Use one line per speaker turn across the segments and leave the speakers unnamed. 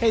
Hey,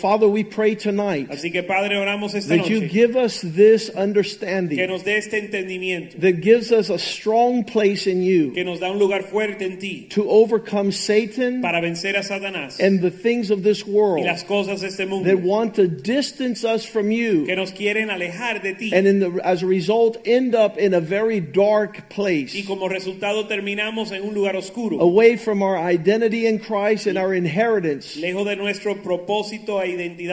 Father, we pray tonight
Así que Padre, oramos esta
that you
noche
give us this
que
understanding
nos dé este entendimiento,
that gives us a strong place in you
que nos da un lugar fuerte en ti
to overcome Satan
para vencer a Satanás
and the things of this
y
world
las cosas de este mundo
that want to distance us from
que
you
nos quieren alejar de ti
and in the, as a result end up in a very dark
y
place
como resultado terminamos en un lugar oscuro,
away from our identity in Christ and our inheritance
lejos de nuestro propósito e identidad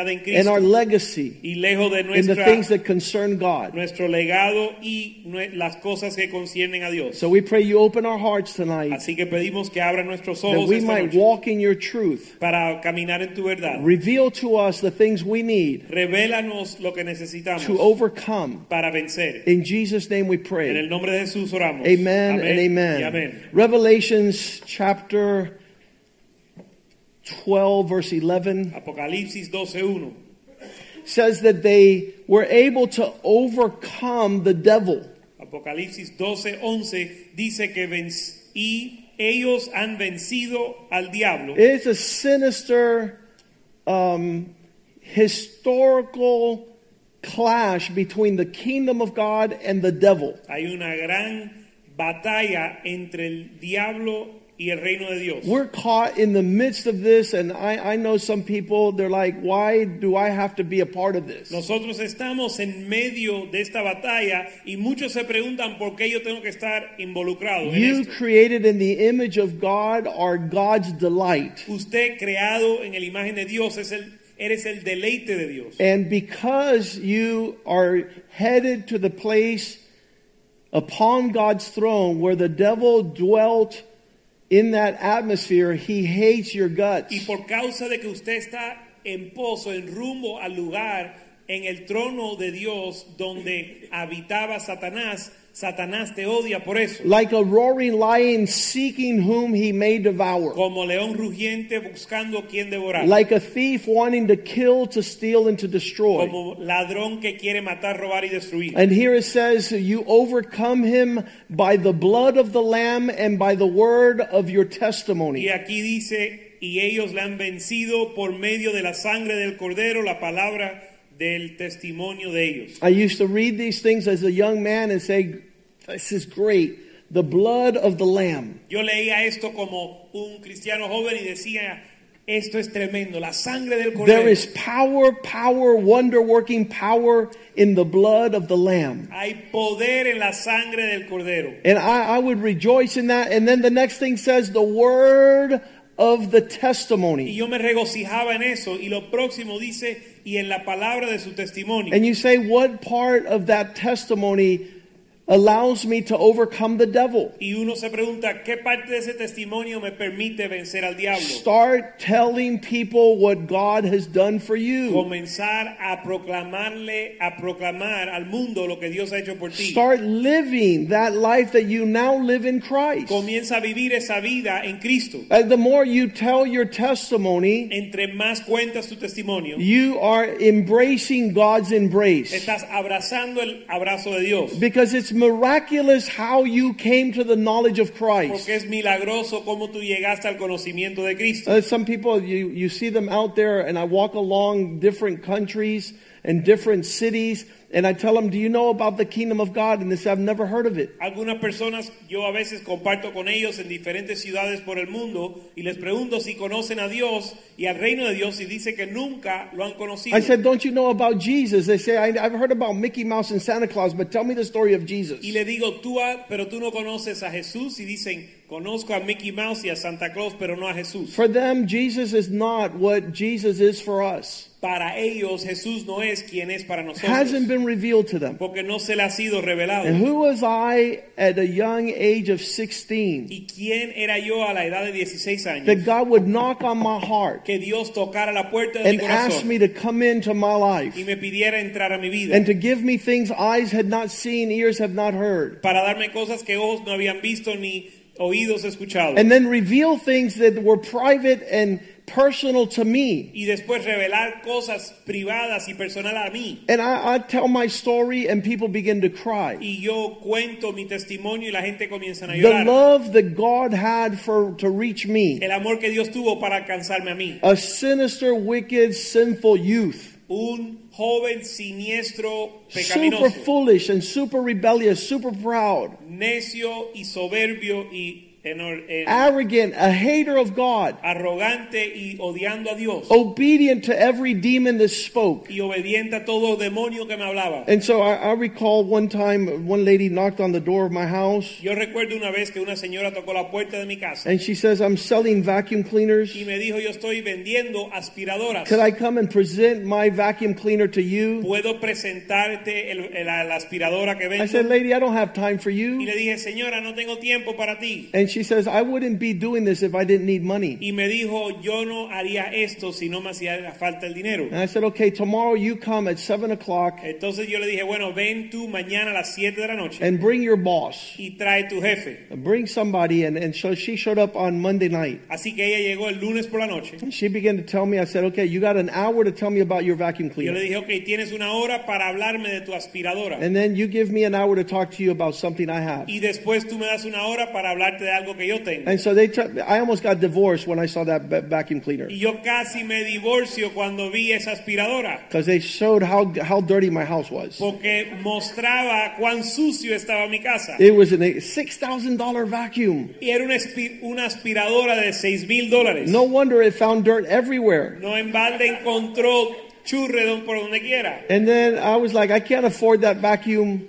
en
and our
Cristo
legacy
y lejos de
and the
nuestra,
things that concern God.
nuestro legado y nue- las cosas que conciernen a Dios.
So we pray you open our hearts tonight
Así que pedimos que abran nuestros
that
ojos
we
esta
might
noche
walk in your truth.
para caminar en tu verdad.
Reveal to us the things we need
Revélanos lo que necesitamos
to overcome.
para vencer.
In Jesus' name we
En el
pray.
nombre de Jesús oramos.
Amen
Amén
and
y
amen.
amén.
Revelations chapter 12, verse 11
Apocalipsis 12:1
says that they were able to overcome the devil.
Apocalipsis 12:11 dice que venc- y ellos han vencido al diablo.
It's a sinister um, historical clash between the kingdom of God and the devil.
Hay una gran batalla entre el diablo y el reino de Dios.
We're caught in the midst of this, and I, I know some people, they're like, why do I have to be a part of this?
Nosotros estamos en medio de esta batalla y muchos se preguntan por qué yo tengo que estar involucrado en
You
esto.
created in the image of God are God's delight.
Usted creado en la imagen de Dios es el eres el deleite de Dios.
And because you are headed to the place upon God's throne where the devil dwelt in that atmosphere, he hates your guts.
Y por causa de que usted está en pozo, en rumbo al lugar, en el trono de Dios donde habitaba Satanás, Satanás te odia por eso.
Like a roaring lion seeking whom he may devour.
Como león rugiente buscando quien devorar.
Like a thief wanting to kill, to steal, and to destroy.
Como ladrón que quiere matar, robar y destruir.
And here it says, You overcome him by the blood of the Lamb and by the word of your
Y
testimony.
aquí dice, y ellos la han vencido por medio de la sangre del cordero, la palabra del testimonio de ellos.
I used to read these things as a young man and say, This is great. The blood of the Lamb.
Yo leía esto como un cristiano joven y decía, esto es tremendo, la sangre del cordero.
There is power, power, wonder working power in the blood of the Lamb.
Hay poder en la sangre del cordero.
And I, I would rejoice in that. And then the next thing says, The word of the
Y
testimony.
yo me regocijaba en eso. Y lo próximo dice, y en la palabra de su testimonio.
And you say, What part of that testimony allows me to overcome the devil?
y uno se pregunta, ¿qué parte de ese testimonio me permite vencer al diablo?
Start telling people what God has done for you.
Comenzar a proclamarle, a proclamar al mundo lo que Dios ha hecho por ti.
Start living that life that you now live in Christ.
Comienza a vivir esa vida en Cristo.
And the more you tell your testimony,
Entre más cuentas tu testimonio,
you are embracing God's embrace.
estás abrazando el abrazo de Dios.
Because it's miraculous how you came to the knowledge of Christ.
Porque es milagroso cómo tú llegaste al conocimiento de Cristo.
Uh, some people, you, you see them out there, and I walk along different countries and different cities, and I tell them, Do you know about the kingdom of God? And they say, I've never heard of it.
Algunas personas yo a veces comparto con ellos en diferentes ciudades por el mundo y les pregunto si conocen a Dios y al reino de Dios y dice que nunca lo han conocido.
I said, Don't you know about Jesus? They say, I, I've heard about Mickey Mouse and Santa Claus, but tell me the story of Jesus.
y le digo, tú ah, pero tú no conoces a Jesús y dicen, conozco a Mickey Mouse y a Santa Claus, pero no a Jesús.
For them, Jesus is not what Jesus is for us.
para ellos Jesús no es quien es para nosotros.
hasn't been revealed to them.
Porque no se le ha sido revelado.
And who was I at a young age of 16
¿Y quién era yo a la edad de 16 años?
that God would knock on my heart
Que Dios tocara la puerta de mi
and ask
corazón
me to come into my
y
life
me pidiera entrar a mi vida
and to give me things eyes had not seen, ears have not heard,
para darme cosas que ojos no habían visto ni oídos escuchado.
and then reveal things that were private and personal to me?
Y después revelar cosas privadas y personal a mí.
And I, I tell my story, and people begin to cry.
Y yo cuento mi testimonio y la gente comienza a
The
llorar.
love that God had for to reach me.
El amor que Dios tuvo para alcanzarme a mí.
a sinister, wicked, sinful youth.
Un joven siniestro,
Super
pecaminoso,
foolish and super rebellious, super proud,
necio y soberbio y enor- eh,
Ah. arrogant, a hater of God,
arrogante y odiando a Dios.
Oh. obedient to every demon that spoke.
y obediente a todo demonio que me hablaba.
And so I, I recall one time one lady knocked on the door of my house
Yo recuerdo una vez que una señora tocó la puerta de mi casa
and she says, I'm selling vacuum cleaners.
y me dijo, yo estoy vendiendo aspiradoras.
Could I come and present my vacuum cleaner to you?
¿Puedo presentarte el- el- la, la aspiradora que
I said,
vendo?
Lady, I don't have time for
Y le
you.
dije, señora, no tengo tiempo para ti.
And she says, I wouldn't be doing this if I didn't need money.
Y me dijo, yo no haría esto si no me hacía falta el dinero.
And I said, okay, tomorrow you come at 7 o'clock
Entonces yo le dije, bueno, ven tú mañana a las 7 de la noche
and bring your boss.
y trae tu jefe.
bring somebody and, and so she showed up on monday night
Así que ella llegó el lunes por la noche.
she began to tell me i said okay you got an hour to tell me about your vacuum
Yo le
cleaner
dije, ok, tienes una hora para hablarme de tu aspiradora.
and then you give me an hour to talk to you about something i have
y después tú me das una hora para hablarte de algo que yo tengo.
and so they t- i almost got divorced when i saw that va- vacuum cleaner
Y yo casi me divorcio cuando vi esa aspiradora,
because they showed how, how dirty my house was
porque mostraba cuán sucio estaba mi casa.
it was a $6000 vacuum
Y era una, espi- una aspiradora de 6 mil dólares.
no wonder it found dirt everywhere
No en balde encontró churredón por donde quiera.
and then i was like i can't afford that vacuum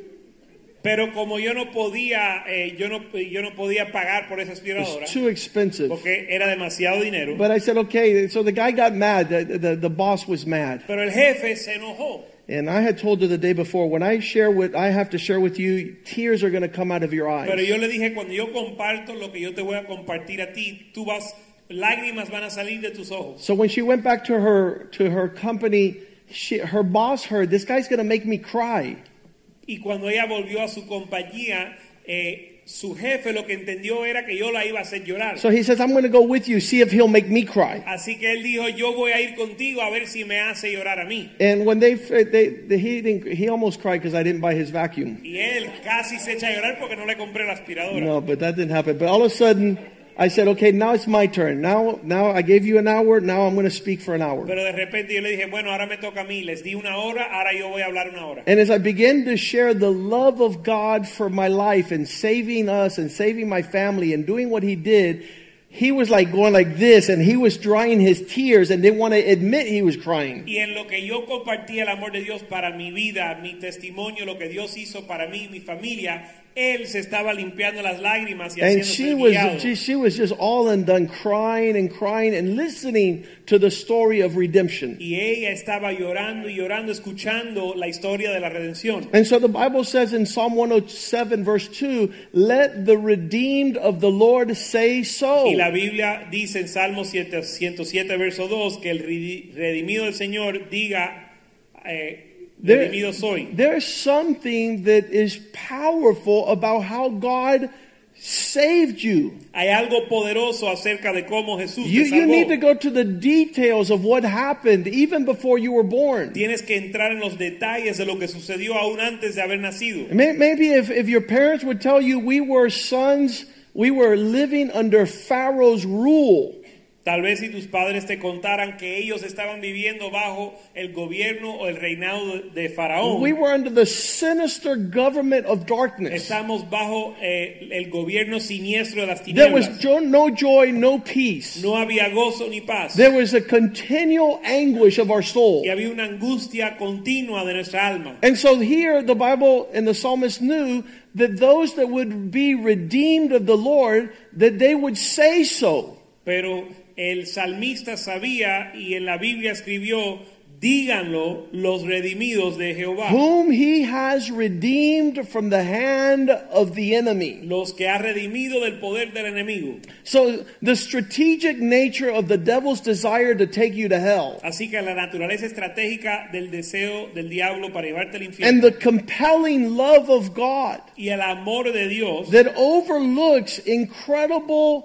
Pero como yo no podía, eh, yo, no, yo no podía pagar por esa aspiradora,
it's too expensive
porque era demasiado dinero.
but i said okay so the guy got mad the, the, the boss was mad
Pero el jefe se enojó.
And I had told her the day before, when I share what I have to share with you, tears are going to come out of your eyes.
Pero yo le dije, cuando yo comparto lo que yo te voy a compartir a ti, tú vas, lágrimas van a salir de tus ojos.
so when she went back to her to her company, she, her boss heard, "This guy's going to make me cry."
Y cuando ella volvió a su compañía, eh, su jefe lo que entendió era que yo la iba a hacer llorar.
So he says, "I'm going to go with you, see if he'll make me cry."
Así que él dijo, yo voy a ir contigo a ver si me hace llorar a mí.
And when they they, they he didn't, he almost cried because I didn't buy his vacuum.
Y él casi se echa a llorar porque no le compré la aspiradora.
No, but that didn't happen. But all of a sudden, I said, "Okay, now it's my turn. Now now I gave you an hour. Now I'm going to speak for an hour."
Pero de repente yo le dije, bueno, ahora me toca a mí. Les di una hora, ahora yo voy a hablar una hora.
And as I began to share the love of God for my life and saving us and saving my family and doing what he did, he was like going like this and he was drying his tears and didn't want to admit he was crying.
Y en lo que yo compartí el amor de Dios para mi vida, mi testimonio, lo que Dios hizo para mí y mi familia, él se estaba limpiando las lágrimas y
And
haciéndose
she
el
was
guiado.
she, she was just all undone crying and crying and listening to the story of redemption.
Y ella estaba llorando y llorando, escuchando la historia de la redención.
And so the Bible says in Psalm 107 verse 2, let the redeemed of the Lord say so.
Y la Biblia dice en Salmo 7, 107, verso 2, que el redi- redimido del Señor diga, eh,
There-
redimido soy.
There's something that is powerful about how God saved you.
Hay algo poderoso acerca de cómo Jesús te
You, you
salvó.
need to go to the details of what happened even before you were born.
Tienes que entrar en los detalles de lo que sucedió aún antes de haber nacido.
May- Maybe if, if your parents would tell you, we were sons, we were living under Pharaoh's rule.
Tal vez si tus padres te contaran que ellos estaban viviendo bajo el gobierno o el reinado de Faraón.
We were under the sinister government of darkness.
Estamos bajo eh, el gobierno siniestro de las
There was
tinieblas.
jo- no joy, no peace.
No había gozo ni paz.
There was a continual anguish of our soul.
Y había una angustia continua de nuestra alma.
And so here the Bible and the psalmist knew that those that would be redeemed of the Lord, that they would say so.
Pero el salmista sabía y en la Biblia escribió, Díganlo los redimidos de Jehová,
whom he has redeemed from the hand of the enemy.
los que ha redimido del poder del enemigo.
So the strategic nature of the devil's desire to take you to hell
Así que la naturaleza estratégica del deseo del diablo para llevarte al
and
infierno
the compelling love of God
y el amor de Dios
that overlooks incredible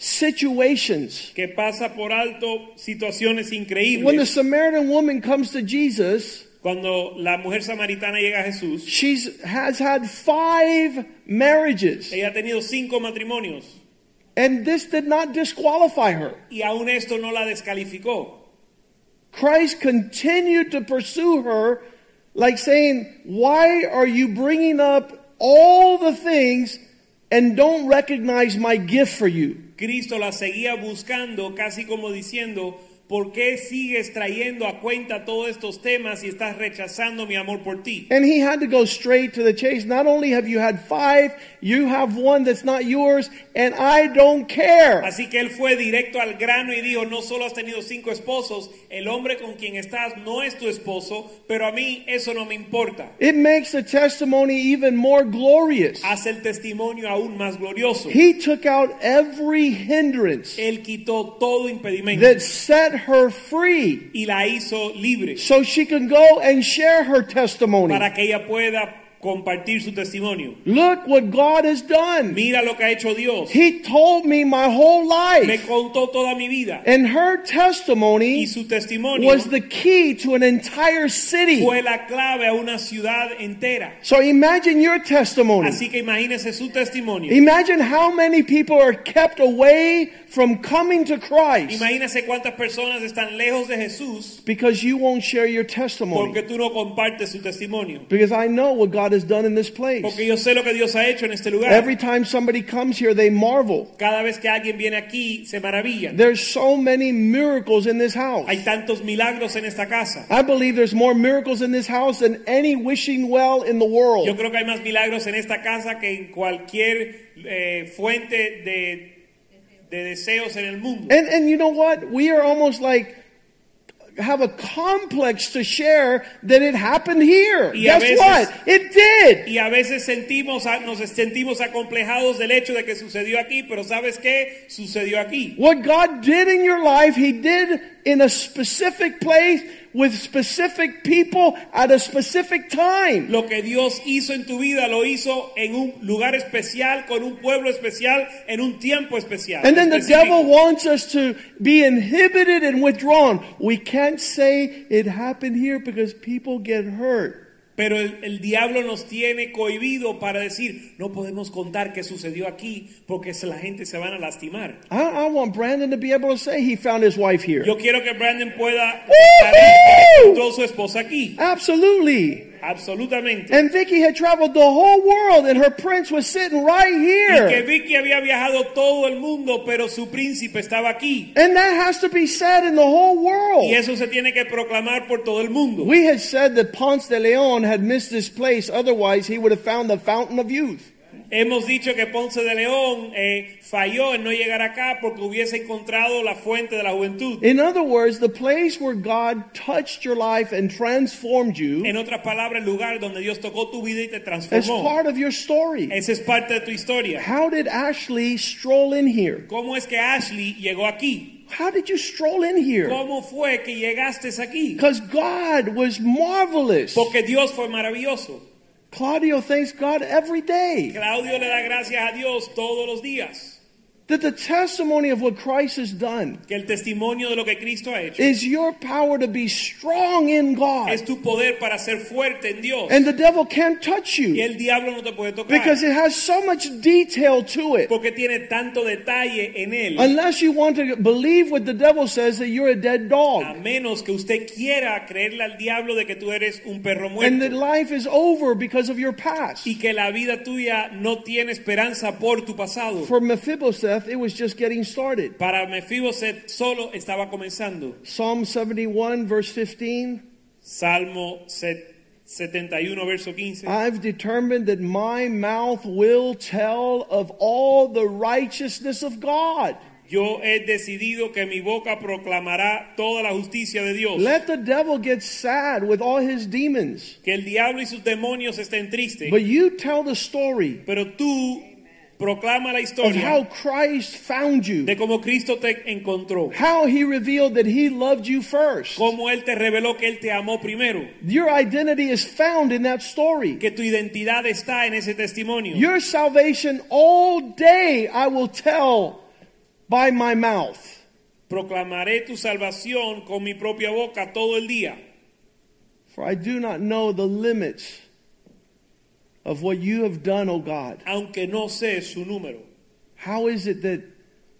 situations.
que pasa por alto situaciones
When the
increíbles.
Samaritan woman comes to Jesus,
Cuando la mujer samaritana llega a Jesús,
she has had five marriages,
ella ha tenido cinco matrimonios
and this did not disqualify her.
y aún esto no la descalificó.
Christ continued to pursue her, like saying, Why are you bringing up all the things and don't recognize my gift for you?
Cristo la seguía buscando casi como diciendo, ¿por qué sigues trayendo a cuenta todos estos temas y estás rechazando mi amor por ti?
And he had to go straight to the chase. Not only have you had five, you have one that's not yours, and I don't care.
Así que él fue directo al grano y dijo, no solo has tenido cinco esposos, el hombre con quien estás no es tu esposo, pero a mí eso no me importa.
It makes the testimony even more glorious.
Hace el testimonio aún más glorioso.
He took out every hindrance
Él quitó todo impedimento
that set her free
y la hizo libre
so she can go and share her testimony.
para que ella pueda compartir su testimonio.
Look what God has done.
Mira lo que ha hecho Dios.
He told me my whole
Me
life.
contó toda mi vida
And her
y
testimony
su testimonio
was the key to an entire city.
fue la clave a una ciudad entera.
So imagine your testimony.
Así que imagínese su testimonio.
Imagine how many people are kept away from coming to Christ
Imagínese cuántas personas están lejos de Jesús
because you won't share your testimony.
Porque tú no compartes su testimonio.
Because I know what God has done in this
Porque
place.
yo sé lo que Dios ha hecho en este lugar.
Every time somebody comes here, they marvel.
Cada vez que alguien viene aquí, se maravilla.
There's so many miracles in this house.
Hay tantos milagros en esta casa.
I believe there's more miracles in this house than any wishing well in the
Yo
world.
creo que hay más milagros en esta casa que en cualquier eh, fuente de, de deseos en el mundo.
And and you know what? We are almost like have a complex to share that it happened here.
Y a
Guess
veces-
what? It did.
Y a veces sentimos, a- nos sentimos acomplejados del hecho de que sucedió aquí, pero ¿sabes qué? Sucedió aquí.
What God did in your life, He did in a specific place with specific people at a specific time.
Lo que Dios hizo en tu vida lo hizo en un lugar especial, con un pueblo especial, en un tiempo especial.
And then the
específico.
devil wants us to be inhibited and withdrawn. We can't say it happened here because people get hurt.
Pero el, el diablo nos tiene cohibido para decir, no podemos contar qué sucedió aquí porque se- la gente se van a lastimar.
I, I want Brandon to be able to say he found his wife here.
Yo quiero que Brandon pueda
¡Woohoo!
todo su esposa aquí.
Absolutely.
Absolutamente.
And Vicky had traveled the whole world and her prince was sitting right
Y que
here.
Vicky había viajado todo el mundo, pero su príncipe estaba aquí.
And that has to be said in the whole
Y
world.
eso se tiene que proclamar por todo el mundo.
We had said that Ponce de Leon had missed this place, otherwise he would have found the fountain of youth.
Hemos dicho que Ponce de León eh, falló en no llegar acá porque hubiese encontrado la fuente de la juventud.
In other words, the place where God touched your life and transformed you
En otras palabras, el lugar donde Dios tocó tu vida y te
is
transformó.
part of your story.
Esa es parte de tu historia.
How did Ashley stroll in here?
¿Cómo es que Ashley llegó aquí?
How did you stroll in here?
¿Cómo fue que llegaste aquí?
Because God was marvelous.
Porque Dios fue maravilloso.
Claudio thanks God every day
Claudio le da gracias a Dios todos los días.
that the testimony of what Christ has done
Que el testimonio de lo que Cristo ha hecho
is your power to be strong in
es
God.
tu poder para ser fuerte en Dios.
And the devil can't touch
Y
you
el diablo no te puede tocar.
because it has so much detail to it.
Porque tiene tanto detalle en él.
Unless you want to believe what the devil says that you're a dead
A
dog.
menos que usted quiera creerle al diablo de que tú eres un perro
And that
muerto.
life is over because of your past.
Y que la vida tuya no tiene esperanza por tu pasado.
For Mephibosheth, it was just getting started.
Para Mefiboset solo estaba comenzando.
Psalm 71, verse 15.
Salmo set- 71, verso 15.
I've determined that my mouth will tell of all the righteousness of God.
Yo he decidido que mi boca proclamará toda la justicia de Dios.
Let the devil get sad with all his demons.
que el diablo y sus demonios estén tristes.
But you tell the story
pero tú proclama la
of
historia
how Christ found you,
de cómo Cristo te encontró.
how he revealed that he loved you first.
Cómo Él te reveló que Él te amó primero.
Your identity is found in that story.
Que tu identidad está en ese testimonio.
Your salvation all day I will tell by my mouth.
Proclamaré tu salvación con mi propia boca todo el día.
For I do not know the limits of what you have done, O God.
aunque no sé su número.
How is it that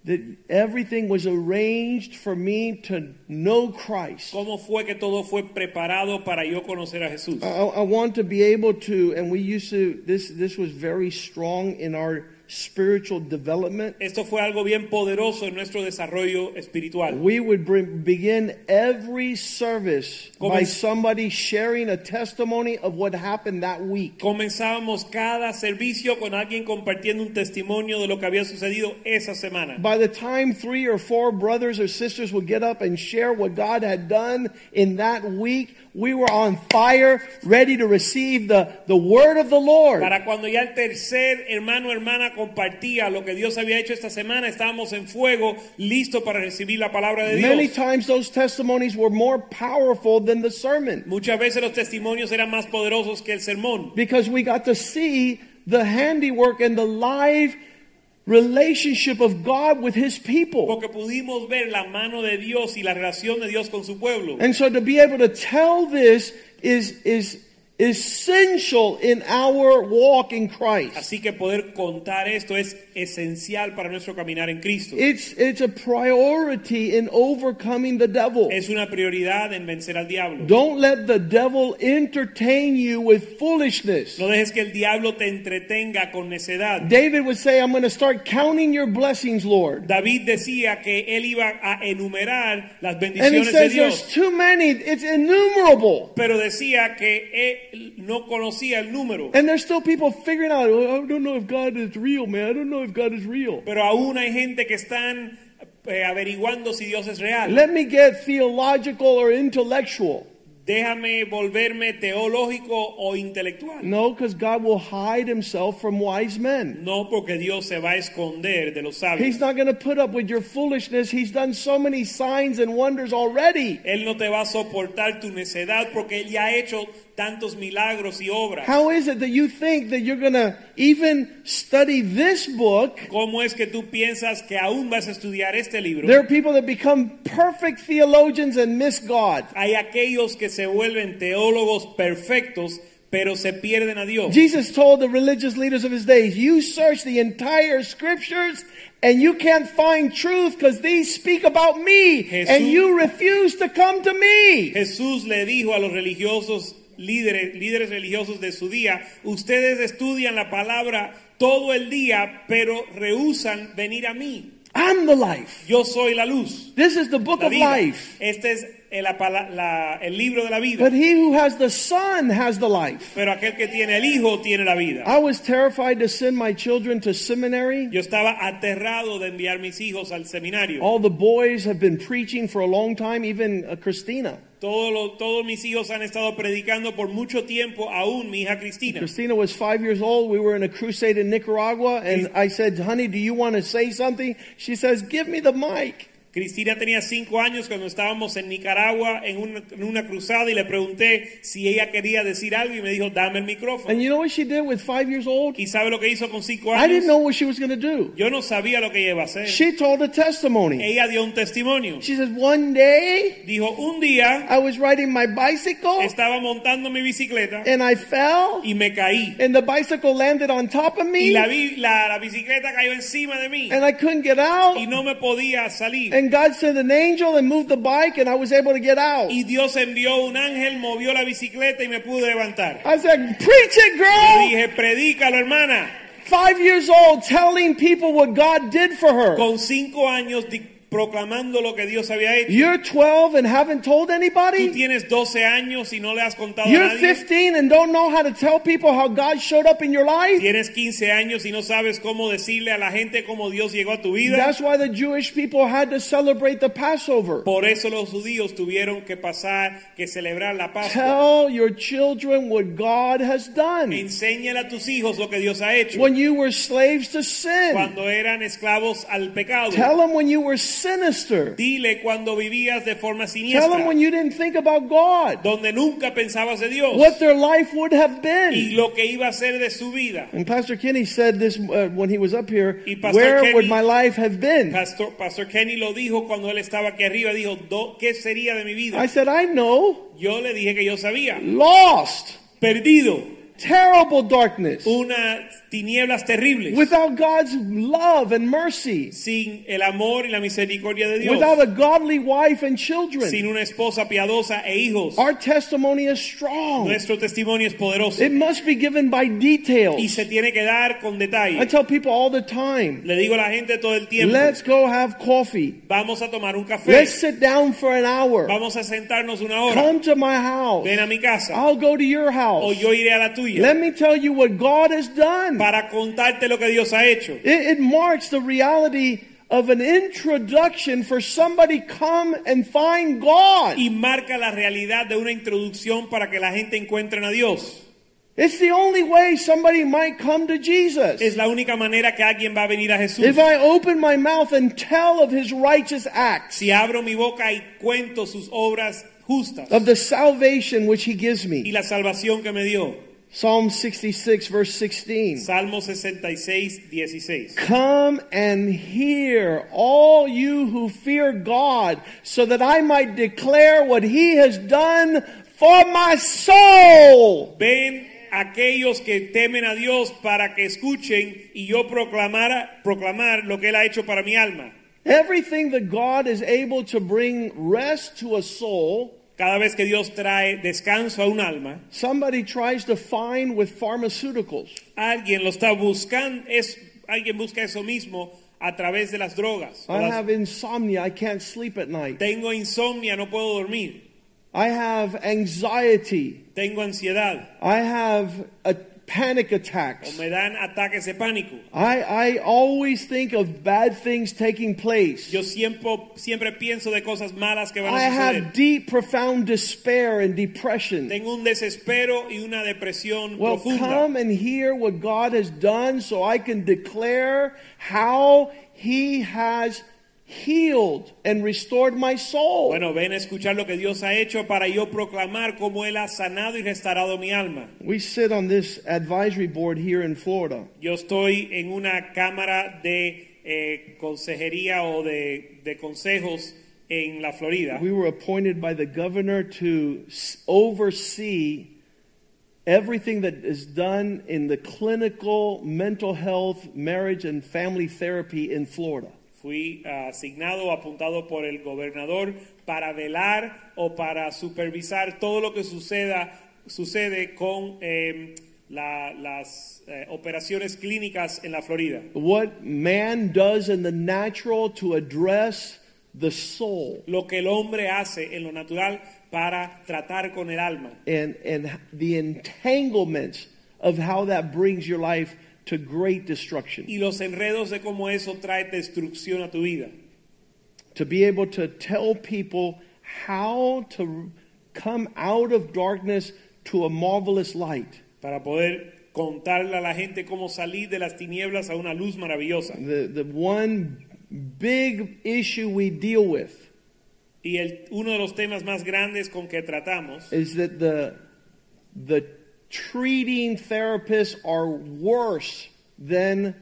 that everything was arranged for me to know Christ?
¿Cómo fue que todo fue preparado para yo conocer a Jesús?
I, I want to be able to, and we used to. This this was very strong in our spiritual development.
Esto fue algo bien poderoso en nuestro desarrollo espiritual.
We would bring, begin every service by
Comenz-
somebody sharing a testimony of what happened that week.
Comenzábamos cada servicio con alguien compartiendo un testimonio de lo que había sucedido esa semana.
By the time three or four brothers or sisters would get up and share what God had done in that week, we were on fire, ready to receive the, the word of the Lord.
Para cuando ya el tercer hermano o hermana compartía lo que Dios había hecho esta semana, estábamos en fuego, listos para recibir la palabra de
Many
Dios.
times those testimonies were more powerful than the sermon
Muchas veces los testimonios eran más poderosos que el sermón,
because we got to see the handiwork and the live relationship of God with his people.
porque pudimos ver la mano de Dios y la relación de Dios con su pueblo.
And so to be able to tell this is is essential in our walk in Christ.
Así que poder contar esto es esencial para nuestro caminar en Cristo.
It's it's a priority in overcoming the devil.
Es una prioridad en vencer al diablo.
Don't let the devil entertain you with foolishness.
No dejes que el diablo te entretenga con necedad.
David would say, I'm going to start counting your blessings, Lord.
David decía que él iba a enumerar las
And he
bendiciones de
says, There's
Dios,
too many. It's innumerable.
pero decía que él no conocía el número.
And there's still people figuring out, "Oh, I don't know if God is real, man. I don't know if God is real.
Pero aún hay gente que están eh, averiguando si Dios es real.
Let me get theological or intellectual.
Déjame volverme teológico o intelectual.
No, because God will hide himself from wise men.
No porque Dios se va a esconder de los sabios.
He's not going to put up with your foolishness. He's done so many signs and wonders already.
Él no te va a soportar tu necedad porque Él ya ha hecho tantos milagros y obras.
How is it that you think that you're going to even study this book?
¿Cómo es que tú piensas que aún vas a estudiar este libro?
There are people that become perfect theologians and miss God.
Hay aquellos que se vuelven teólogos perfectos, pero se pierden a Dios.
Jesus told the religious leaders of his day, You search the entire scriptures and you can't find truth because these speak about me and
Jesús-
you refuse to come to me.
Jesús le dijo a los religiosos líderes, líderes religiosos de su día, ustedes estudian la palabra todo el día, pero rehúsan venir a mí.
I'm the life.
Yo soy la luz.
This is the book
La
of
vida.
life.
Este es el, apala- la- el libro de la vida.
But he who has the Son has the life.
Pero aquel que tiene el hijo tiene la vida.
I was terrified to send my children to seminary.
Yo estaba aterrado de enviar mis hijos al seminario.
All the boys have been preaching for a long time, even uh, Christina.
Todos los- todos mis hijos han estado predicando por mucho tiempo, aún mi hija Cristina.
Christina was five years old. We were in a crusade in Nicaragua, and I said, Honey, do you want to say something? She says, Give me the mic.
Cristina tenía cinco años cuando estábamos en Nicaragua en una, en una cruzada y le pregunté si ella quería decir algo y me dijo, dame el
And
micrófono.
you know what she did with five years old?
¿Y sabe lo que hizo con cinco
I didn't know
años?
what she was going to do.
Yo no sabía lo que ella iba a hacer.
She told a testimony.
Ella dio un testimonio.
She says, One day
Dijo, un día
I was riding my bicycle,
estaba montando mi bicicleta
and I fell,
y me caí.
and the bicycle landed on top of
Y
me,
la,
and
vi- la, la bicicleta cayó encima de mí
I couldn't get
y
out.
no me podía salir.
And God sent an angel and moved the bike, and I was able to get out.
Y Dios envió un ángel, movió la bicicleta y me pude levantar.
I said, Preach it,
Le
girl!
dije, predícalo, hermana.
Five years old telling people what God did for her.
Con cinco años di- proclamando lo que Dios había hecho.
You're 12 and haven't told
Tú
anybody?
tienes 12 años y no le has contado a
You're
nadie.
15 and don't know how to tell people how God showed up in your life?
Tienes 15 años y no sabes cómo decirle a la gente cómo Dios llegó a tu vida.
That's why the Jewish people had to celebrate the Passover.
Por eso los judíos tuvieron que pasar, que celebrar la Pascua.
Tell your children what God has done.
Enséñale a tus hijos lo que Dios ha hecho.
When you were slaves to sin,
Cuando eran esclavos al pecado.
tell them when you were sinister.
Dile cuando vivías de forma
Tell them
siniestra,
when you didn't think about God,
donde nunca pensabas de Dios
what their life would have
y
been.
lo que iba a ser de su vida.
And Pastor Kenny said this uh, when he was up here.
Y Pastor
Where
Kenny-
would my life have been?
Pastor, Pastor Kenny lo dijo cuando él estaba aquí arriba, dijo, "Do- ¿qué sería de mi vida?
I said, I know.
Yo le dije que yo sabía,
Lost.
perdido,
Terrible darkness.
unas tinieblas terribles,
Without God's love and mercy.
sin el amor y la misericordia de Dios,
Without a godly wife and
sin
children.
una esposa piadosa e hijos.
Our testimony is strong.
Nuestro testimonio es poderoso
It must be given by
y
details.
se tiene que dar con
I
detalle.
tell people all the time
Le digo a la gente todo el tiempo,
let's go have coffee.
vamos a tomar un café,
Let's sit down for an hour.
vamos a sentarnos una hora.
Come to my house.
Ven a mi casa
I'll go to Oh, your
o
house.
yo iré a la tuya
Let me tell you what God has done. It,
para contarte lo que Dios ha hecho.
it marks the reality of an introduction for somebody come and find God.
Y marca la realidad de una introducción para que la gente encuentre a Dios.
It's the only way somebody might come to Jesus.
Es la única manera que alguien va a venir a Jesús.
If I open my mouth and tell of his righteous acts,
Si abro mi boca y cuento sus obras justas
of the salvation which he gives
y
me.
la salvación que me dio.
Psalm 66, verse 16.
Salmo 66, 16.
Come and hear, all you who fear God, so that I might declare what he has done for my soul.
Ven aquellos que temen a Dios para que escuchen y yo proclamara, proclamar lo que Él ha hecho para mi alma.
Everything that God is able to bring rest to a soul,
Cada vez que Dios trae descanso a un alma,
somebody tries to find with pharmaceuticals.
Alguien lo está buscando, es, alguien busca eso mismo a través de las drogas. O
I
las-
have insomnia, I can't sleep at night.
tengo insomnia, no puedo dormir.
I have anxiety.
Tengo ansiedad
I have a panic
o
attacks.
me dan ataques de pánico.
I, I always think of bad things taking place.
Yo siempre, siempre pienso de cosas malas que van
I
a suceder.
have deep, profound despair and depression.
Tengo un desespero y una depresión
Well, come
profunda.
and hear what God has done so I can declare how He has healed and restored my soul.
Bueno, ven a escuchar lo que Dios ha hecho para yo proclamar cómo Él ha sanado y restaurado mi alma.
We sit on this advisory board here in Florida.
Yo estoy en una cámara de eh, consejería o de, de consejos en la Florida.
We were appointed by the governor to s- oversee everything that is done in the clinical mental health, marriage, and family therapy in Florida.
Fui ah, asignado o apuntado por el gobernador para velar o para supervisar todo lo que suceda, sucede con eh, la- las eh, operaciones clínicas en la Florida.
what man does in the natural to address the soul
Lo que el hombre hace en lo natural para tratar con el alma
and, and the entanglements of how that brings your life to great destruction.
y los enredos de cómo eso trae destrucción a tu vida.
To be able to tell people how to come out of darkness to a marvelous light.
Para poder contarle a la gente cómo salir de las tinieblas a una luz maravillosa.
The, the one big issue we deal with
Y el, uno de los temas más grandes con que tratamos
is that the the treating therapists are worse than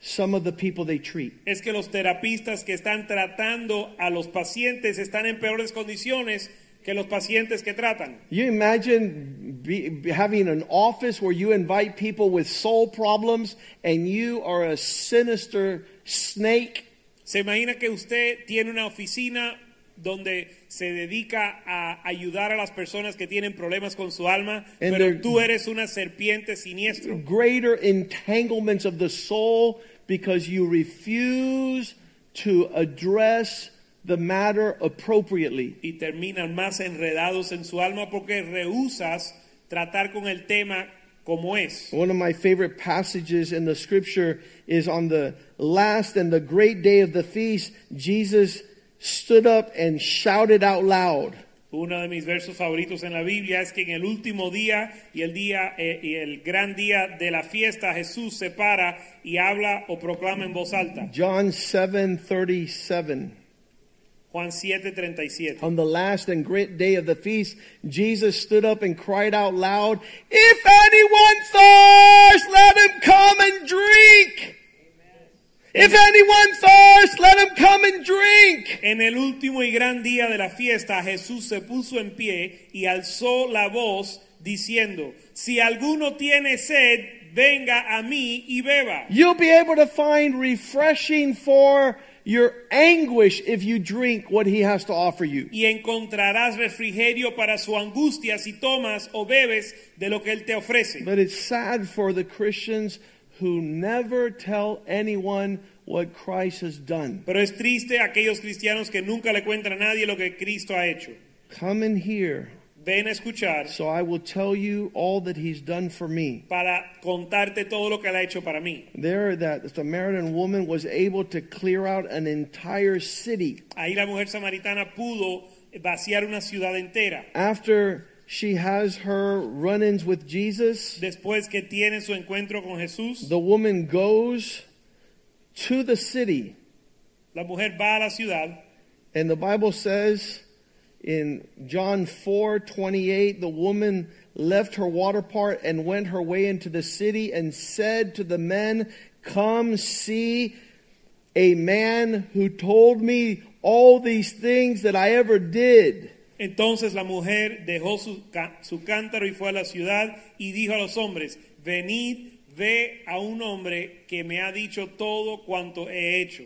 some of the people they treat.
es que los terapistas que están tratando a los pacientes están en peores condiciones que los pacientes que tratan.
You imagine be, be having an office where you invite people with soul problems and you are a sinister snake.
Se imagina que usted tiene una oficina donde se dedica a ayudar a las personas que tienen problemas con su alma, pero
they're-
tú eres una serpiente siniestro.
Greater entanglements of the soul because you refuse to address the matter appropriately.
y terminan más enredados en su alma porque rehusas tratar con el tema como es.
One of my favorite passages in the scripture is on the last and the great day of the feast, Jesus stood up and shouted out loud.
Uno de mis versos favoritos en la Biblia es que en el último día y el día eh, y el gran día de la fiesta Jesús se para y habla o proclama en voz alta.
John 7:37.
Juan 7:37.
On the last and great day of the feast, Jesus stood up and cried out loud, If anyone thirsts, let him come and drink. If anyone thirsts, let him come and drink.
En el último y gran día de la fiesta Jesús se puso en pie y alzó la voz diciendo, si alguno tiene sed, venga a mí y beba.
You'll be able to find refreshing for your anguish if you drink what he has to offer you.
y encontrarás refrigerio para su angustia si tomas o bebes de lo que Él te ofrece.
But it's sad for the Christians who never tell anyone what Christ has done.
Pero es triste aquellos cristianos que nunca le cuentan a nadie lo que Cristo ha hecho.
Come in here
Ven a escuchar
so I will tell you all that he's done for me.
para contarte todo lo que Él ha hecho para mí.
There, that Samaritan woman was able to clear out an entire city.
Ahí la mujer samaritana pudo vaciar una ciudad entera.
After she has her run ins with Jesus,
Después que tiene su encuentro con Jesús,
the woman goes to the city.
la mujer va a la ciudad
And the Bible says in John 4 28, the woman left her water part and went her way into the city and said to the men, Come see a man who told me all these things that I ever did.
Entonces la mujer dejó su, ca- su cántaro y fue a la ciudad y dijo a los hombres, venid, ve a un hombre que me ha dicho todo cuanto he hecho.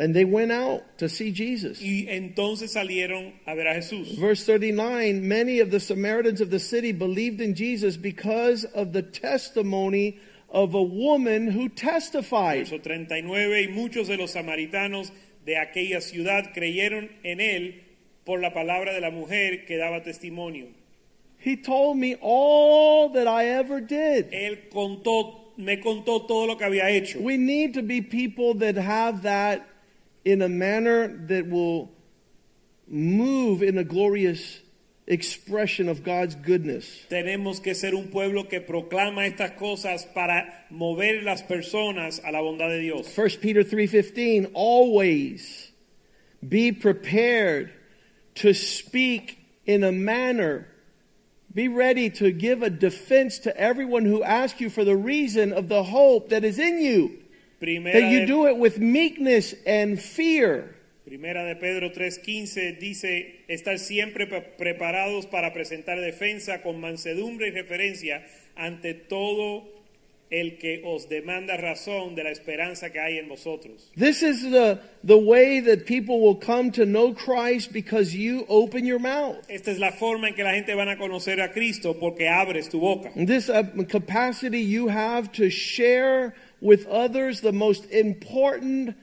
And they went out to see Jesus.
Y entonces salieron a ver a Jesús.
Verse 39 Many of the Samaritans of the city believed in Jesus because of the testimony of a woman who testified.
Verso 39, y muchos de los samaritanos de aquella ciudad creyeron en él por la palabra de la mujer que daba testimonio.
He told me all that I ever did.
Él contó, me contó todo lo que había hecho.
We need to be people that have that in a manner that will move in a glorious expression of God's goodness.
Tenemos que ser un pueblo que proclama estas cosas para mover las personas a la bondad de Dios.
1 Peter 3:15 always be prepared to speak in a manner be ready to give a defense to everyone who asks you for the reason of the hope that is in you that
Primera
you
de,
do it with meekness and fear
primera de Pedro 3:15 dice, estar siempre pre- preparados para presentar defensa con mansedumbre y referencia ante todo el que os demanda razón de la esperanza que hay en vosotros.
this is the the way that people will come to know Christ because you open your mouth
Esta es la forma en que la gente van a conocer a Cristo porque abres tu boca.
And this uh, capacity you have to share with others the most important